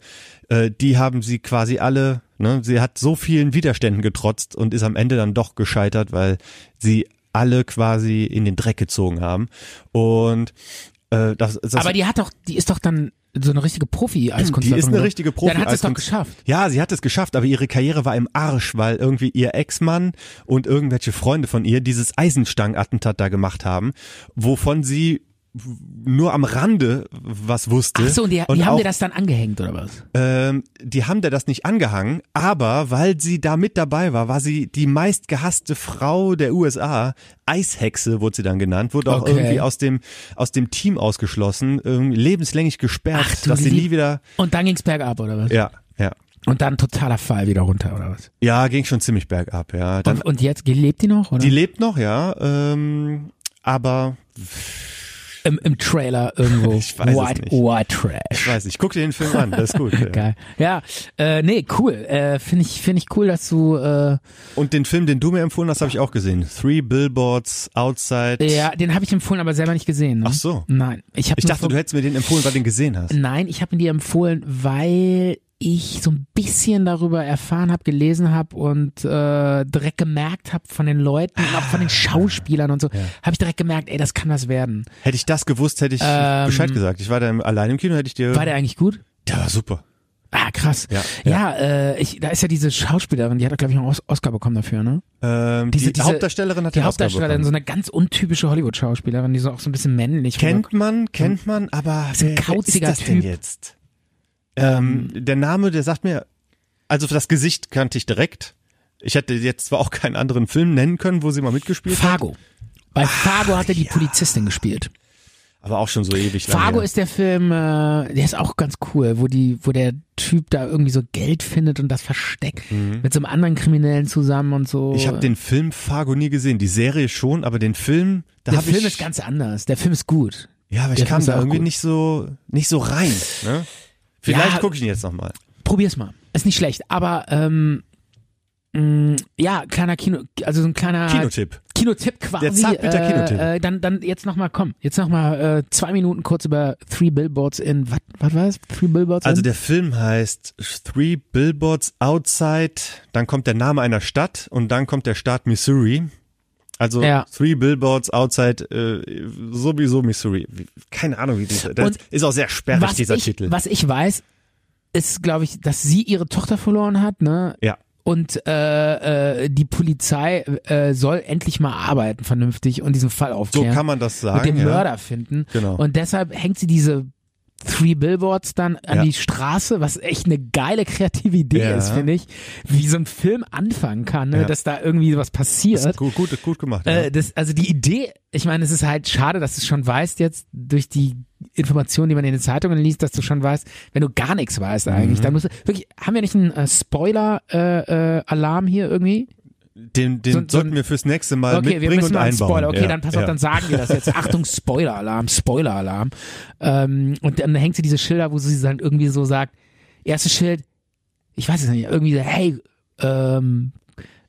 äh, die haben sie quasi alle, ne, sie hat so vielen Widerständen getrotzt und ist am Ende dann doch gescheitert, weil sie alle quasi in den Dreck gezogen haben und äh, das, das
aber die hat doch, die ist doch dann so eine richtige Profi-Eiskunstlerin.
Die ist eine
oder?
richtige Profi.
Dann hat sie es doch
Eiskunst-
geschafft.
Ja, sie hat es geschafft, aber ihre Karriere war im Arsch, weil irgendwie ihr Ex-Mann und irgendwelche Freunde von ihr dieses Eisenstangenattentat da gemacht haben, wovon sie nur am Rande was wusste.
Ach so, und die, die haben
auch,
dir das dann angehängt oder was?
ähm, die haben der das nicht angehangen, aber weil sie da mit dabei war, war sie die meistgehasste Frau der USA. Eishexe wurde sie dann genannt, wurde auch
Okay.
irgendwie aus dem, aus dem Team ausgeschlossen, irgendwie lebenslänglich gesperrt,
Ach, du
dass sie
lieb-
nie wieder,
Und dann ging's bergab oder was?
ja, ja.
Und dann totaler Fall wieder runter oder was?
Ja, ging schon ziemlich bergab, ja. Dann,
Und, und jetzt lebt die noch oder?
die lebt noch, ja, ähm, aber
Im, im Trailer irgendwo.
Ich weiß es
White,
nicht.
White Trash.
ich weiß nicht, guck dir den Film an, das ist gut. Ja.
Geil. Ja, äh, nee, cool. Äh, Finde ich, find ich cool, dass du äh,
Und den Film, den du mir empfohlen hast, habe ich auch gesehen. Three Billboards Outside.
ja, den habe ich empfohlen, aber selber nicht gesehen. Ne?
Ach so.
Nein, ich habe
Ich dachte, du hättest mir den empfohlen, weil du den gesehen hast.
Nein, ich habe ihn dir empfohlen, weil ich so ein bisschen darüber erfahren habe, gelesen habe und äh, direkt gemerkt habe von den Leuten und auch von
Ah.
den Schauspielern und so, habe ich direkt gemerkt, ey, das kann was werden.
Hätte ich das gewusst, hätte ich
Ähm,
Bescheid gesagt. Ich war da im, allein im Kino, hätte ich dir.
War der eigentlich gut?
der war super.
Ah, krass.
Ja,
ja äh, ich, da ist ja diese Schauspielerin, die hat, glaube ich, einen Os- Oscar bekommen dafür, ne?
Ähm,
Diese-
die
diese-
Hauptdarstellerin hat
Die
den Oscar
Hauptdarstellerin, so
bekommen.
eine ganz untypische Hollywood-Schauspielerin, die so auch so ein bisschen männlich
Kennt man, kennt man, aber
Ist ein
wer, wer ist
kauziger
das denn
Typ. Hm.
jetzt? Ähm, der Name, der sagt mir, also das Gesicht kannte ich direkt. Ich hätte jetzt zwar auch keinen anderen Film nennen können, wo sie mal mitgespielt hat, Ah,
Fargo. Bei Fargo hat er die Polizistin gespielt.
aber auch schon so ewig lange.
Fargo
her.
ist der Film, äh, der ist auch ganz cool, wo die, wo der Typ da irgendwie so Geld findet und das versteckt mit so einem anderen Kriminellen zusammen und so.
Mhm. ich habe den Film Fargo nie gesehen, die Serie schon, aber den Film, da
der
habe
Film
ich
ist ganz anders. Der Film ist gut.
Ja, aber ich
der Film
kam
ist
da
auch
irgendwie
gut.
nicht so nicht so rein, ne? Vielleicht
Ja.
gucke ich ihn jetzt nochmal.
Probier's mal. Ist nicht schlecht, aber ähm, mh, ja, kleiner Kino, also so ein kleiner
Kinotipp.
Kinotipp quasi.
Der zartbitter
äh,
Kinotipp.
Äh, dann, dann jetzt nochmal, komm, jetzt nochmal äh, zwei Minuten kurz über Three Billboards in, was was war das? Three Billboards
Also
in?
der Film heißt Three Billboards Outside, dann kommt der Name einer Stadt und dann kommt der Staat Missouri. Also
Ja.
Three Billboards Outside äh, sowieso Missouri. Wie- Keine Ahnung, wie dieser. Das
Und
ist auch sehr sperrig
was
dieser
ich,
Titel.
Was ich weiß, ist, glaube ich, dass sie ihre Tochter verloren hat, ne?
ja.
Und äh, äh, die Polizei äh, soll endlich mal arbeiten vernünftig und diesen Fall
So
aufklären.
kann man das sagen.
und den
ja.
Mörder finden.
Genau.
Und deshalb hängt sie diese Three Billboards dann an
Ja.
die Straße, was echt eine geile kreative Idee
Ja.
ist, finde ich. Wie so ein Film anfangen kann, ne?
Ja.
dass da irgendwie was passiert.
Das ist gut, gut, gut gemacht. ja.
Äh, das, also die Idee, ich meine, es ist halt schade, dass du schon weißt jetzt durch die Informationen, die man in den Zeitungen liest, dass du schon weißt, wenn du gar nichts weißt
Mhm.
eigentlich, dann musst du wirklich, haben wir nicht einen äh, Spoiler-Alarm äh, Alarm hier irgendwie?
Den, den
so- so-
sollten wir fürs nächste Mal
okay, wir
mitbringen
müssen
Äh, und
mal einen
einbauen.
Spoiler. Okay,
ja.
dann pass
ja.
auf, dann sagen wir das jetzt. Achtung, Spoiler-Alarm, Spoiler-Alarm. Ähm, und dann hängt sie diese Schilder, wo sie dann irgendwie so sagt, erstes Schild, ich weiß es nicht, irgendwie so, hey, ähm,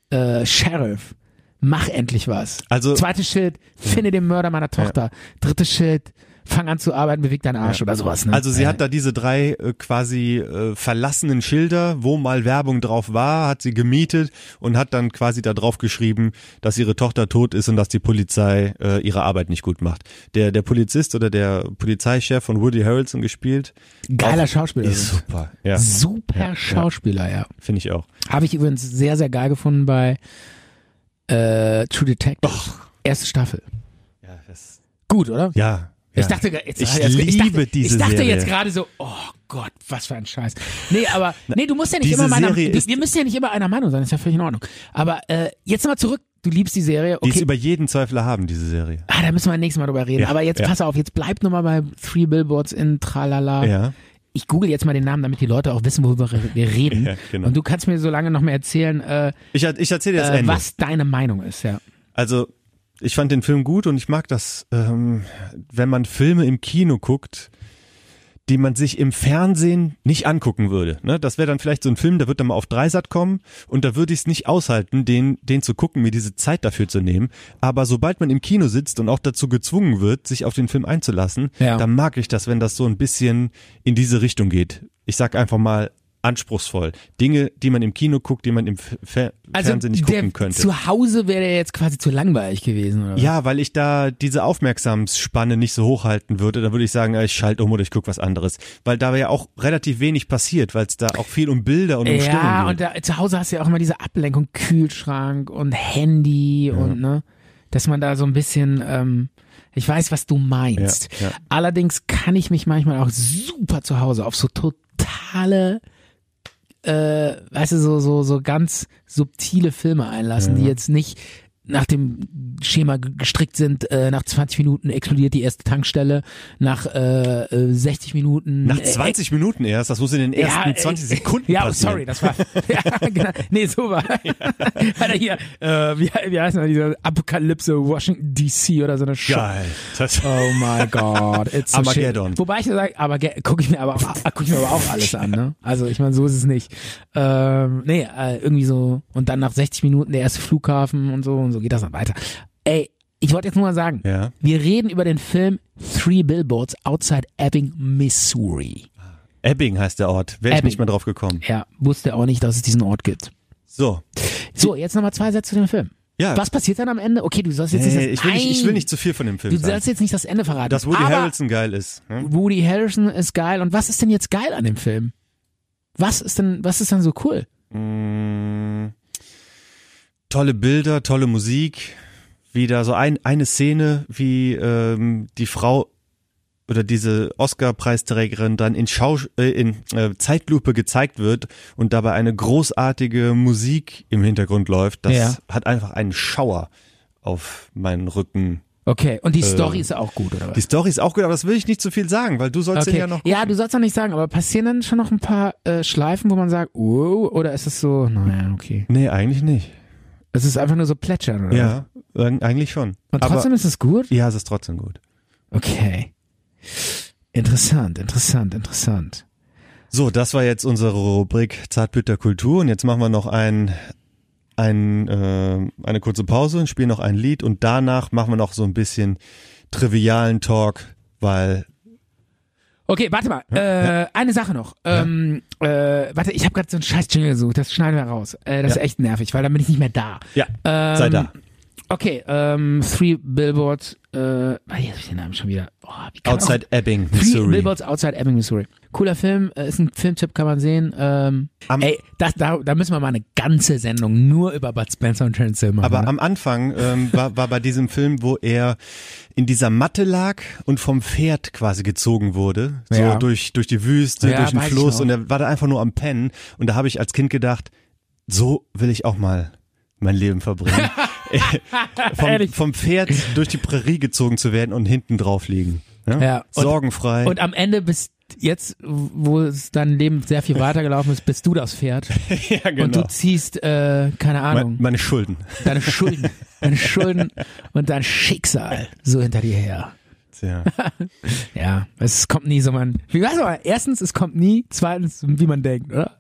äh, Sheriff, mach endlich was.
Also-
Zweites Schild, finde den Mörder meiner Tochter. Drittes Schild, fang an zu arbeiten, beweg deinen Arsch oder sowas. Ne?
Also sie
Ja.
hat da diese drei äh, quasi äh, verlassenen Schilder, wo mal Werbung drauf war, hat sie gemietet und hat dann quasi da drauf geschrieben, dass ihre Tochter tot ist und dass die Polizei äh, ihre Arbeit nicht gut macht. Der, der Polizist oder der Polizeichef von Woody Harrelson gespielt.
Geiler Schauspieler.
Ist super. Ja,
Super Schauspieler, ja.
finde ich auch.
Habe ich übrigens sehr, sehr geil gefunden bei äh, True Detective. Erste Staffel.
Ja, das,
Gut, oder?
ja.
Ich dachte, ge- jetzt,
Ich
jetzt, ich
liebe
dachte,
diese
Ich dachte
Serie.
jetzt gerade so, oh Gott, was für ein Scheiß. Nee, aber nee, du musst ja nicht
Diese
immer meiner
Serie
wir-
ist-
wir müssen ja nicht immer einer Meinung sein, ist ja völlig in Ordnung. Aber äh, jetzt mal zurück, du liebst die Serie,
die ist
okay.
über jeden Zweifler haben, diese Serie.
Ah, da müssen wir nächstes Mal drüber reden.
Ja,
aber jetzt
ja.
pass auf, jetzt bleib nochmal bei Three Billboards in Tralala.
Ja.
Ich google jetzt mal den Namen, damit die Leute auch wissen, worüber wir reden.
Ja, genau.
Und du kannst mir so lange noch mal erzählen, äh,
Ich, ich erzähle dir das
äh,
Ende.
was deine Meinung ist, ja.
Also ich fand den Film gut und ich mag das, ähm, wenn man Filme im Kino guckt, die man sich im Fernsehen nicht angucken würde. Ne? Das wäre dann vielleicht so ein Film, der wird dann mal auf Dreisat kommen und da würde ich es nicht aushalten, den, den zu gucken, mir diese Zeit dafür zu nehmen. Aber sobald man im Kino sitzt und auch dazu gezwungen wird, sich auf den Film einzulassen,
Ja.
dann mag ich das, wenn das so ein bisschen in diese Richtung geht. Ich sag einfach mal anspruchsvoll. Dinge, die man im Kino guckt, die man im Fe- Fe Fernsehen nicht
Also der,
gucken könnte.
zu Hause wäre der jetzt quasi zu langweilig gewesen, oder? was?
Ja, weil ich da diese Aufmerksamsspanne nicht so hochhalten würde, dann würde ich sagen, ja, ich schalte um oder ich gucke was anderes. Weil da ja auch relativ wenig passiert, weil es da auch viel um Bilder und um Stimmung
Ja,
geht.
und da, zu Hause hast du ja auch immer diese Ablenkung, Kühlschrank und Handy und ne, dass man da so ein bisschen, ähm, ich weiß, was du meinst.
Ja, ja.
Allerdings kann ich mich manchmal auch super zu Hause auf so totale, äh, weißt du, so, so, so ganz subtile Filme einlassen, die jetzt nicht nach dem Schema ge- gestrickt sind, äh, nach 20 Minuten explodiert die erste Tankstelle, nach äh, äh, 60 Minuten
Nach
äh,
20 Minuten erst, das muss in den ersten
äh,
20
äh,
Sekunden
Ja, oh,
passieren.
sorry, das war. ja, genau. Nee, so war. Hat er hier, äh, wie, wie heißt denn diese Apokalypse Washington DC oder so eine Scheiße.
Geil. Das,
Oh my God, it's so
Armageddon.
shit. Wobei ich sage, aber gucke ich mir aber auch, ah, guck ich mir aber auch alles an, ne? Also ich meine, so ist es nicht. Ähm, nee, äh, irgendwie so und dann nach 60 Minuten der erste Flughafen und so und so geht das dann weiter. Ey, ich wollte jetzt nur mal sagen,
Ja.
wir reden über den Film Three Billboards Outside Ebbing, Missouri.
Ebbing heißt der Ort. Wäre ich
Ebbing.
nicht mehr drauf gekommen.
Ja, wusste auch nicht, dass es diesen Ort gibt.
So.
So, jetzt nochmal zwei Sätze zu dem Film.
Ja.
Was passiert dann am Ende? Okay, du sollst jetzt
Nee,
nicht das
ich, will nicht, ich will
Nein,
nicht zu viel von dem Film
Du
sagen.
sollst jetzt nicht das Ende verraten.
Dass Woody
aber
Harrelson geil ist. Ne?
Woody Harrison ist geil. Und was ist denn jetzt geil an dem Film? Was ist denn, was ist denn so cool?
Mm, tolle Bilder, tolle Musik. Wieder so ein, eine Szene, wie ähm, die Frau oder diese Oscar-Preisträgerin dann in, Schaus äh, in äh, Zeitlupe gezeigt wird und dabei eine großartige Musik im Hintergrund läuft. Das
Ja.
hat einfach einen Schauer auf meinen Rücken.
Okay, und die Story ist auch gut, oder was?
Äh, Die Story ist auch gut, aber das will ich nicht zu viel sagen, weil du sollst
okay.
den ja noch gucken.
du sollst doch nicht sagen, aber passieren dann schon noch ein paar äh, Schleifen, wo man sagt, wow, oder ist es so, naja, okay.
Nee, eigentlich nicht.
Es ist einfach nur so plätschern, oder? was?
Ja, eig- eigentlich schon.
Und trotzdem ist es gut?
aber, ja, es ist trotzdem gut.
Okay. Interessant, interessant, interessant.
So, das war jetzt unsere Rubrik Zartbitter Kultur und jetzt machen wir noch ein, ein, äh, eine kurze Pause und spielen noch ein Lied und danach machen wir noch so ein bisschen trivialen Talk, weil
Okay, warte mal. Äh, eine Sache noch. Ähm, äh, warte, ich habe gerade so einen scheiß Jingle gesucht. Das schneiden wir raus. Äh, das
Ja.
ist echt nervig, weil dann bin ich nicht mehr da.
ja,
Ähm,
sei da.
Okay, ähm, Three Billboards. Äh, warte, jetzt hab ich den Namen schon wieder. Oh, wie kann man
Outside Ebbing,
Auch, Three
Missouri.
Billboards Outside Ebbing, Missouri. Cooler Film. Äh, ist ein Filmtipp, kann man sehen. Ähm,
Am-
ey, das, da, da müssen wir mal eine ganze Sendung nur über Bud Spencer und Terence Hill machen.
Aber
ne?
am Anfang ähm, war, war bei diesem Film, wo er in dieser Matte lag und vom Pferd quasi gezogen wurde, so
Ja.
durch, durch die Wüste,
Ja,
durch den
weiß ich
Fluss
noch.
und er war da einfach nur am Pennen und da habe ich als Kind gedacht, so will ich auch mal mein Leben verbringen. vom,
Ehrlich?
vom Pferd durch die Prärie gezogen zu werden und hinten drauf liegen. Ja?
Ja, und-
Sorgenfrei.
Und am Ende bist jetzt, wo es dein Leben sehr viel weitergelaufen ist, bist du das Pferd.
ja,
Und du ziehst, äh, keine
Me
Ahnung,
meine Schulden.
deine Schulden, deine Schulden und dein Schicksal so hinter dir her.
Tja.
Ja, es kommt nie so man. Wie weißt du, aber erstens, es kommt nie, zweitens, wie man denkt, oder?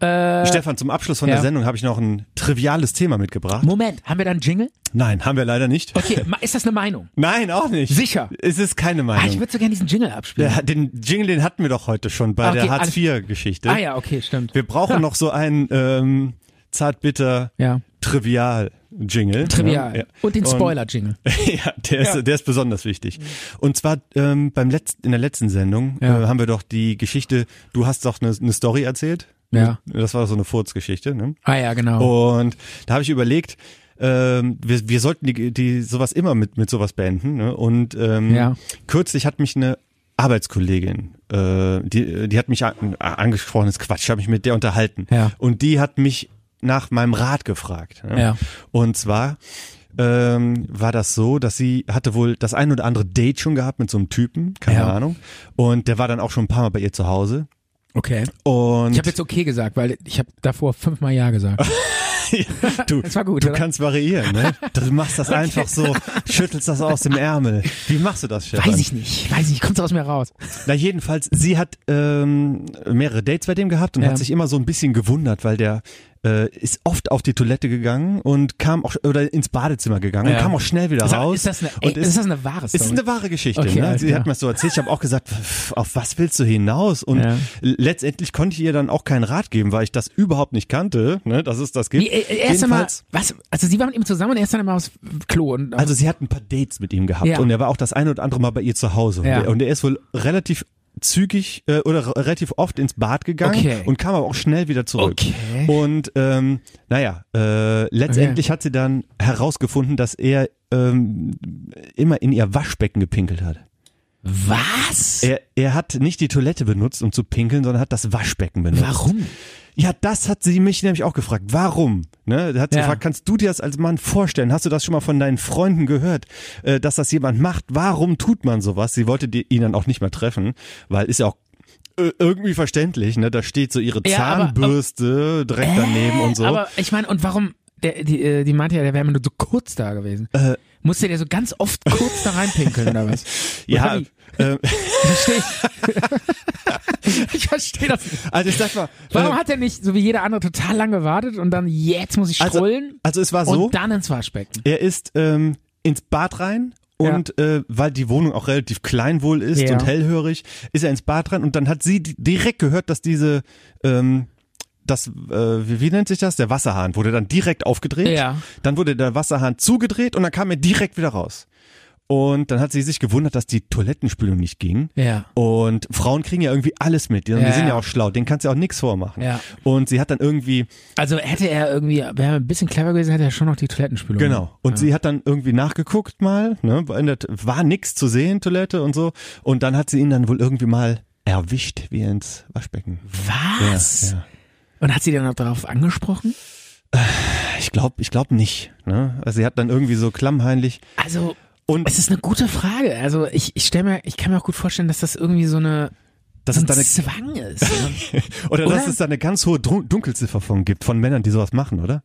Ja. Äh,
Stefan, zum Abschluss von
ja.
der Sendung habe ich noch ein triviales Thema mitgebracht.
Moment, haben wir dann Jingle?
Nein, haben wir leider nicht.
Okay, ma- ist das eine Meinung?
Nein, auch nicht.
Sicher?
Es ist keine
Ah, ich
Meinung.
würde so gerne diesen Jingle abspielen.
Der, den Jingle, den hatten wir doch heute schon bei
Okay,
der
alles-
Hartz-IV-Geschichte.
Ah ja, okay, stimmt.
Wir brauchen noch so einen ähm, zartbitter
Ja.
trivial Jingle.
Trivial.
Ja, ja.
Und den Spoiler-Jingle.
ja, der ist, der ist besonders wichtig. Und zwar ähm, beim letzten, in der letzten Sendung
Ja.
äh, haben wir doch die Geschichte, du hast doch eine, eine Story erzählt.
Ja.
Das war so eine Furzgeschichte, ne?
Ah ja, genau.
Und da habe ich überlegt, ähm, wir, wir sollten die, die sowas immer mit, mit sowas beenden. Ne? Und ähm,
Ja.
kürzlich hat mich eine Arbeitskollegin, äh, die, die hat mich an, angesprochen, ist Quatsch, ich habe mich mit der unterhalten.
Ja.
Und die hat mich nach meinem Rat gefragt. Ne?
Ja.
Und zwar ähm, war das so, dass sie hatte wohl das ein oder andere Date schon gehabt mit so einem Typen, keine
Ja.
Ahnung. Und der war dann auch schon ein paar Mal bei ihr zu Hause.
Okay.
Und
Ich habe jetzt okay gesagt, weil ich habe davor fünfmal Ja gesagt.
Du,
Das war gut,
du
oder?
kannst variieren, ne? Du machst das einfach so, schüttelst das aus dem Ärmel. Wie machst du das, Stefan?
Weiß ich nicht, weiß ich nicht, kommt aus mir raus.
Na jedenfalls, sie hat ähm, mehrere Dates bei dem gehabt und
Ja.
hat sich immer so ein bisschen gewundert, weil der äh, ist oft auf die Toilette gegangen und kam auch oder ins Badezimmer gegangen
Ja.
und kam auch schnell wieder
Sag mal,
raus.
Ist das eine, ey,
und
ist, das eine wahre Story?
ist eine wahre Geschichte.
Okay,
ne?
alles
Sie
klar.
hat mir das so erzählt. Ich habe auch gesagt, pff, auf was willst du hinaus? Und
Ja.
letztendlich konnte ich ihr dann auch keinen Rat geben, weil ich das überhaupt nicht kannte, ne, dass es das gibt.
Wie, äh, erst einmal,
Jedenfalls-
was, also sie war mit ihm zusammen und er ist dann immer aufs Klo und
Also sie hat ein paar Dates mit ihm gehabt
Ja.
und er war auch das eine oder andere Mal bei ihr zu Hause. Und,
Ja.
er, und er ist wohl relativ zügig äh, oder re- relativ oft ins Bad gegangen
Okay.
und kam aber auch schnell wieder zurück.
Okay.
Und ähm, naja, äh, letztendlich hat sie dann herausgefunden, dass er ähm, immer in ihr Waschbecken gepinkelt hat.
was?
Er, er hat nicht die Toilette benutzt, um zu pinkeln, sondern hat das Waschbecken benutzt.
Warum?
Ja, das hat sie mich nämlich auch gefragt. Warum? Ne? Da hat sie
Ja.
gefragt, kannst du dir das als Mann vorstellen? Hast du das schon mal von deinen Freunden gehört, äh, dass das jemand macht? Warum tut man sowas? Sie wollte die, ihn dann auch nicht mehr treffen, weil ist ja auch äh, irgendwie verständlich, ne? Da steht so ihre
Ja, aber- ähm,
Zahnbürste direkt daneben und so.
Äh, Aber ich meine, und warum? Der, die, äh, die meinte ja, der wäre immer nur so kurz da gewesen.
Äh.
Musste der so ganz oft kurz da reinpinkeln oder was?
ja,
Fabi,
äh,
Verstehe ich. ich verstehe das. nicht.
also ich sag mal,
Warum
äh,
hat er nicht, so wie jeder andere, total lang gewartet und dann jetzt muss ich
Also-
strullen
also es war so,
und dann ins Waschbecken?
er ist ähm, ins Bad rein und äh, weil die Wohnung auch relativ klein wohl ist
Ja.
und hellhörig, ist er ins Bad rein und dann hat sie di- direkt gehört, dass diese ähm, das, äh, wie, wie nennt sich das? Der Wasserhahn wurde dann direkt aufgedreht.
Ja.
Dann wurde der Wasserhahn zugedreht und dann kam er direkt wieder raus. Und dann hat sie sich gewundert, dass die Toilettenspülung nicht ging.
Ja.
Und Frauen kriegen ja irgendwie alles mit. Die,
Ja,
die sind
ja.
ja auch schlau, denen kannst du ja auch nichts vormachen.
Ja.
Und sie hat dann irgendwie
Also hätte er irgendwie, wäre er ein bisschen clever gewesen, hätte er schon noch die Toilettenspülung.
Genau. Und sie hat dann irgendwie nachgeguckt mal, ne, war in der, war nix zu sehen, Toilette und so. Und dann hat sie ihn dann wohl irgendwie mal erwischt, wie er ins Waschbecken.
Was?
Ja, ja.
Und hat sie dann noch darauf angesprochen?
Ich glaube, ich glaube nicht. Ne? Also sie hat dann irgendwie so klammheimlich.
Also,
Und
es ist eine gute Frage. Also ich, ich stelle mir, ich kann mir auch gut vorstellen, dass das irgendwie so eine
das
so ein
ist dann eine,
Zwang ist. ne?
oder, dass
oder?
es da eine ganz hohe Dru- Dunkelziffer von gibt, von Männern, die sowas machen, oder?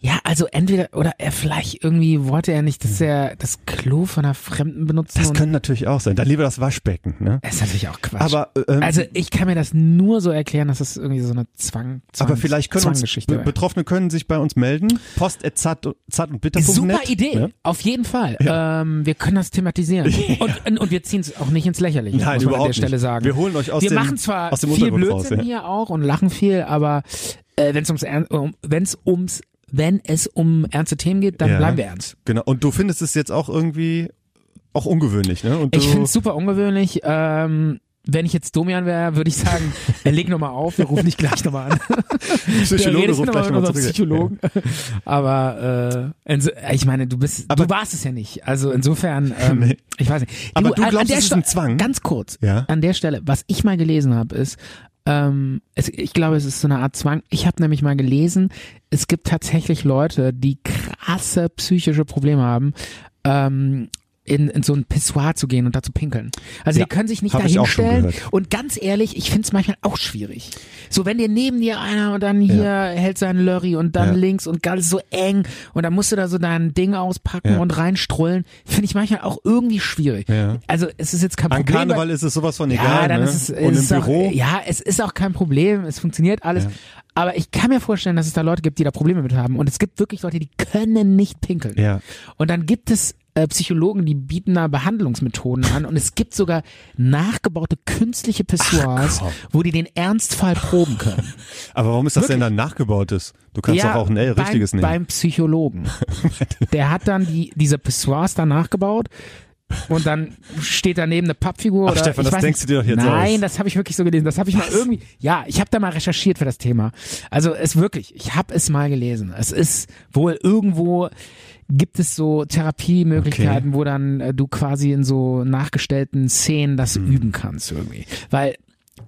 ja, also entweder oder er vielleicht irgendwie wollte er nicht, dass er das Klo von einer Fremden benutzt.
Mhm. Das
und
könnte natürlich auch sein. Dann lieber das Waschbecken. Ne?
das ist natürlich auch Quatsch.
Aber ähm,
also ich kann mir das nur so erklären, dass das irgendwie so eine Zwang, Zwang
aber vielleicht können uns,
Zwanggeschichte
Be-
wäre.
Betroffene können sich bei uns melden. Post at zart, zart und bitter. ne?
Super Idee, auf jeden Fall. Ähm, wir können das thematisieren. Und, und, und wir ziehen es auch nicht ins Lächerliche,
Nein,
muss man an
überhaupt
der Stelle
nicht.
sagen.
Wir holen euch aus
wir
dem-
machen zwar
aus dem
viel
Untergrund raus,
Blödsinn
ja.
hier auch und lachen viel, aber äh, wenn es ums, Ern- um, wenn's ums wenn es um ernste Themen geht, dann
Ja.
bleiben wir ernst.
Genau. Und du findest es jetzt auch irgendwie auch ungewöhnlich, ne? Und du,
Ich finde es super ungewöhnlich. Ähm, wenn ich jetzt Domian wäre, würde ich sagen, äh, leg nochmal auf, wir rufen dich gleich nochmal an.
Psychologe
redest
ruft
du
gleich
mit
nochmal
unserem
zurück.
Psychologen. Aber äh, inso- äh, ich meine, du bist,
Aber-
du warst es ja nicht. Also insofern, ähm,
Nee.
ich weiß nicht.
Aber du
an- an
glaubst,
der
es ist
Sto-
ein Zwang?
Ganz kurz,
Ja.
an der Stelle, was ich mal gelesen habe, ist, ähm, es, ich glaube, es ist so eine Art Zwang. Ich habe nämlich mal gelesen, es gibt tatsächlich Leute, die krasse psychische Probleme haben, ähm, in, in so ein Pissoir zu gehen und da zu pinkeln. Also
Ja,
die können sich nicht
hab ich auch schon
dahinstellen.
gehört.
Und ganz ehrlich, ich find's manchmal auch schwierig. So, wenn dir neben dir einer und dann hier hält seinen Lurry und dann
Ja.
links und ganz so eng und dann musst du da so dein Ding auspacken
Ja.
und reinstrullen, finde ich manchmal auch irgendwie schwierig.
Ja.
Also es ist jetzt kein
An
Problem.
Karneval ist es sowas von
Ja,
egal.
dann
ne?
ist es,
Und
ist
im
auch,
Büro.
Ja, es ist auch kein Problem, es funktioniert alles. Aber ich kann mir vorstellen, dass es da Leute gibt, die da Probleme mit haben. Und es gibt wirklich Leute, die können nicht pinkeln.
Ja.
Und dann gibt es äh, Psychologen, die bieten da Behandlungsmethoden an. Und es gibt sogar nachgebaute künstliche Pessoas, wo die den Ernstfall proben können.
Aber warum ist das denn dann nachgebaut ist? Du kannst doch auch ein L
beim,
richtiges nehmen.
Beim Psychologen. Der hat dann die, diese Pessoas dann nachgebaut. Und dann steht daneben eine Pappfigur.
Ach,
oder
Stefan,
ich
das
weiß
denkst
nicht.
du dir doch jetzt
Nein,
aus.
das habe ich wirklich so gelesen. Das habe ich mal irgendwie. Ja, ich habe da mal recherchiert für das Thema. Also es wirklich, ich habe es mal gelesen. Es ist wohl irgendwo gibt es so Therapiemöglichkeiten, wo dann äh, du quasi in so nachgestellten Szenen das
Hm.
üben kannst irgendwie. Weil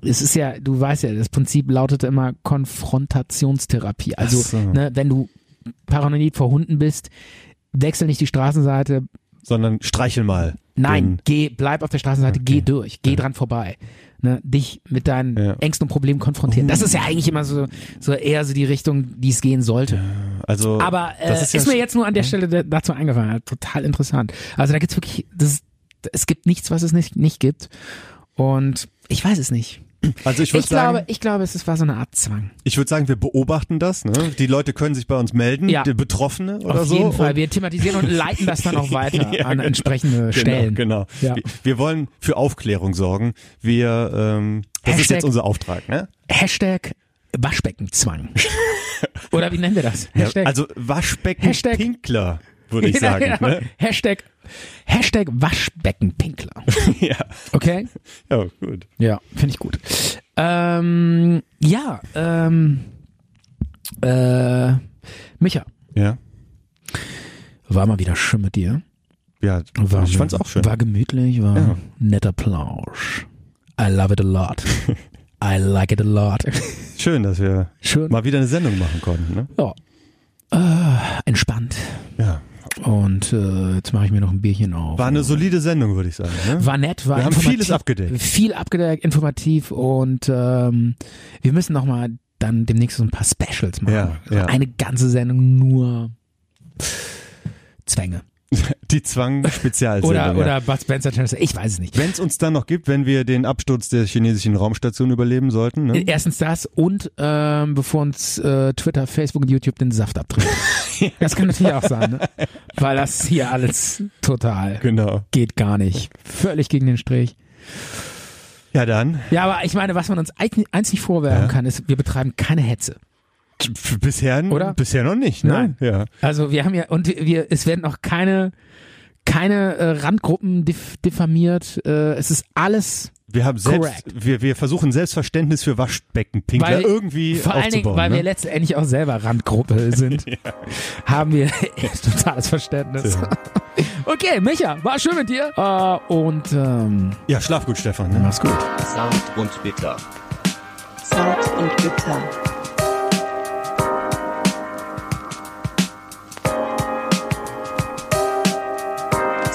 es ist ja, du weißt ja, das Prinzip lautet immer Konfrontationstherapie. Also,
Ach so.
ne, wenn du paranoid vor Hunden bist, wechsel nicht die Straßenseite.
Sondern streichel mal.
Nein,
Den,
geh, bleib auf der Straßenseite, geh durch, geh dran vorbei. Ne, dich mit deinen
Ja. Oh.
Ängsten und Problemen konfrontieren. Das ist ja eigentlich immer so, so eher so die Richtung, die es gehen sollte.
also,
Aber äh,
das
ist,
ist, ja
mir jetzt nur an der Stelle da- dazu eingefallen. Ja, Total interessant. Also da gibt's wirklich, das, es gibt nichts, was es nicht, nicht gibt. Und ich weiß es nicht.
also ich
Ich,
würde sagen,
glaube, ich glaube, es ist- war so eine Art Zwang.
ich würde sagen, wir beobachten das. Ne? Die Leute können sich bei uns melden,
Ja.
die Betroffene oder
Auf
so.
jeden Fall.
Und-
Wir thematisieren und leiten das dann auch weiter
Ja,
an
genau.
entsprechende Stellen.
Genau. genau.
Ja.
Wir, wir wollen für Aufklärung sorgen. Wir, ähm, das ist
Hashtag-
jetzt unser Auftrag. Ne?
Hashtag Waschbeckenzwang. Oder wie nennen wir das?
Ja,
Hashtag,
also Waschbecken
Hashtag-
Pinkler, würde ich
Ja,
sagen.
genau.
Ne?
Hashtag, Hashtag Waschbeckenpinkler.
Ja.
Okay?
ja, gut.
Ja, finde ich gut. Ähm, ja, ähm, äh, Micha,
Ja,
war mal wieder schön mit dir.
ja
War
ich fand's auch schön.
War gemütlich, war
Ja.
netter Plausch. I love it a lot. I like it a lot.
Schön, dass wir
Schön.
mal wieder eine Sendung machen konnten. Ne?
Ja. Äh, entspannt.
Ja.
Und äh, jetzt mache ich mir noch ein Bierchen auf.
War eine solide Sendung, würde ich sagen. Ne?
War nett, war
Wir haben
informativ-
vieles abgedeckt.
Viel abgedeckt, informativ und ähm, wir müssen nochmal dann demnächst so ein paar Specials machen.
Ja, ja.
Eine ganze Sendung nur Zwänge.
Die Zwang-Spezialsendung.
Oder,
ja.
oder Bud Spencer Channel, ich weiß es nicht.
Wenn es uns dann noch gibt, wenn wir den Absturz der chinesischen Raumstation überleben sollten. Ne?
Erstens das und ähm, bevor uns äh, Twitter, Facebook und YouTube den Saft abdrehen. das kann natürlich auch sein, ne? Weil das hier alles total
Genau.
geht gar nicht. Völlig gegen den Strich.
Ja, dann.
Ja, aber ich meine, was man uns eig- einzig vorwerfen
Ja.
kann, ist, wir betreiben keine Hetze.
F- Bisher,
Oder?
bisher noch nicht. Ne?
Nein.
Ja.
Also wir haben ja und wir es werden auch keine keine äh, Randgruppen diff diffamiert. Äh, es ist alles
Wir haben selbst,
Correct.
wir, wir versuchen Selbstverständnis für Waschbeckenpinkler
Weil-
irgendwie
vor allen Dingen,
aufzubauen.
weil
ne?
wir letztendlich auch selber Randgruppe sind, haben wir totales Verständnis.
Ja.
Okay, Micha, war schön mit dir äh, und ähm,
ja, schlaf gut, Stefan. Ne?
mach's gut.
Zart und bitter.
Zart und bitter.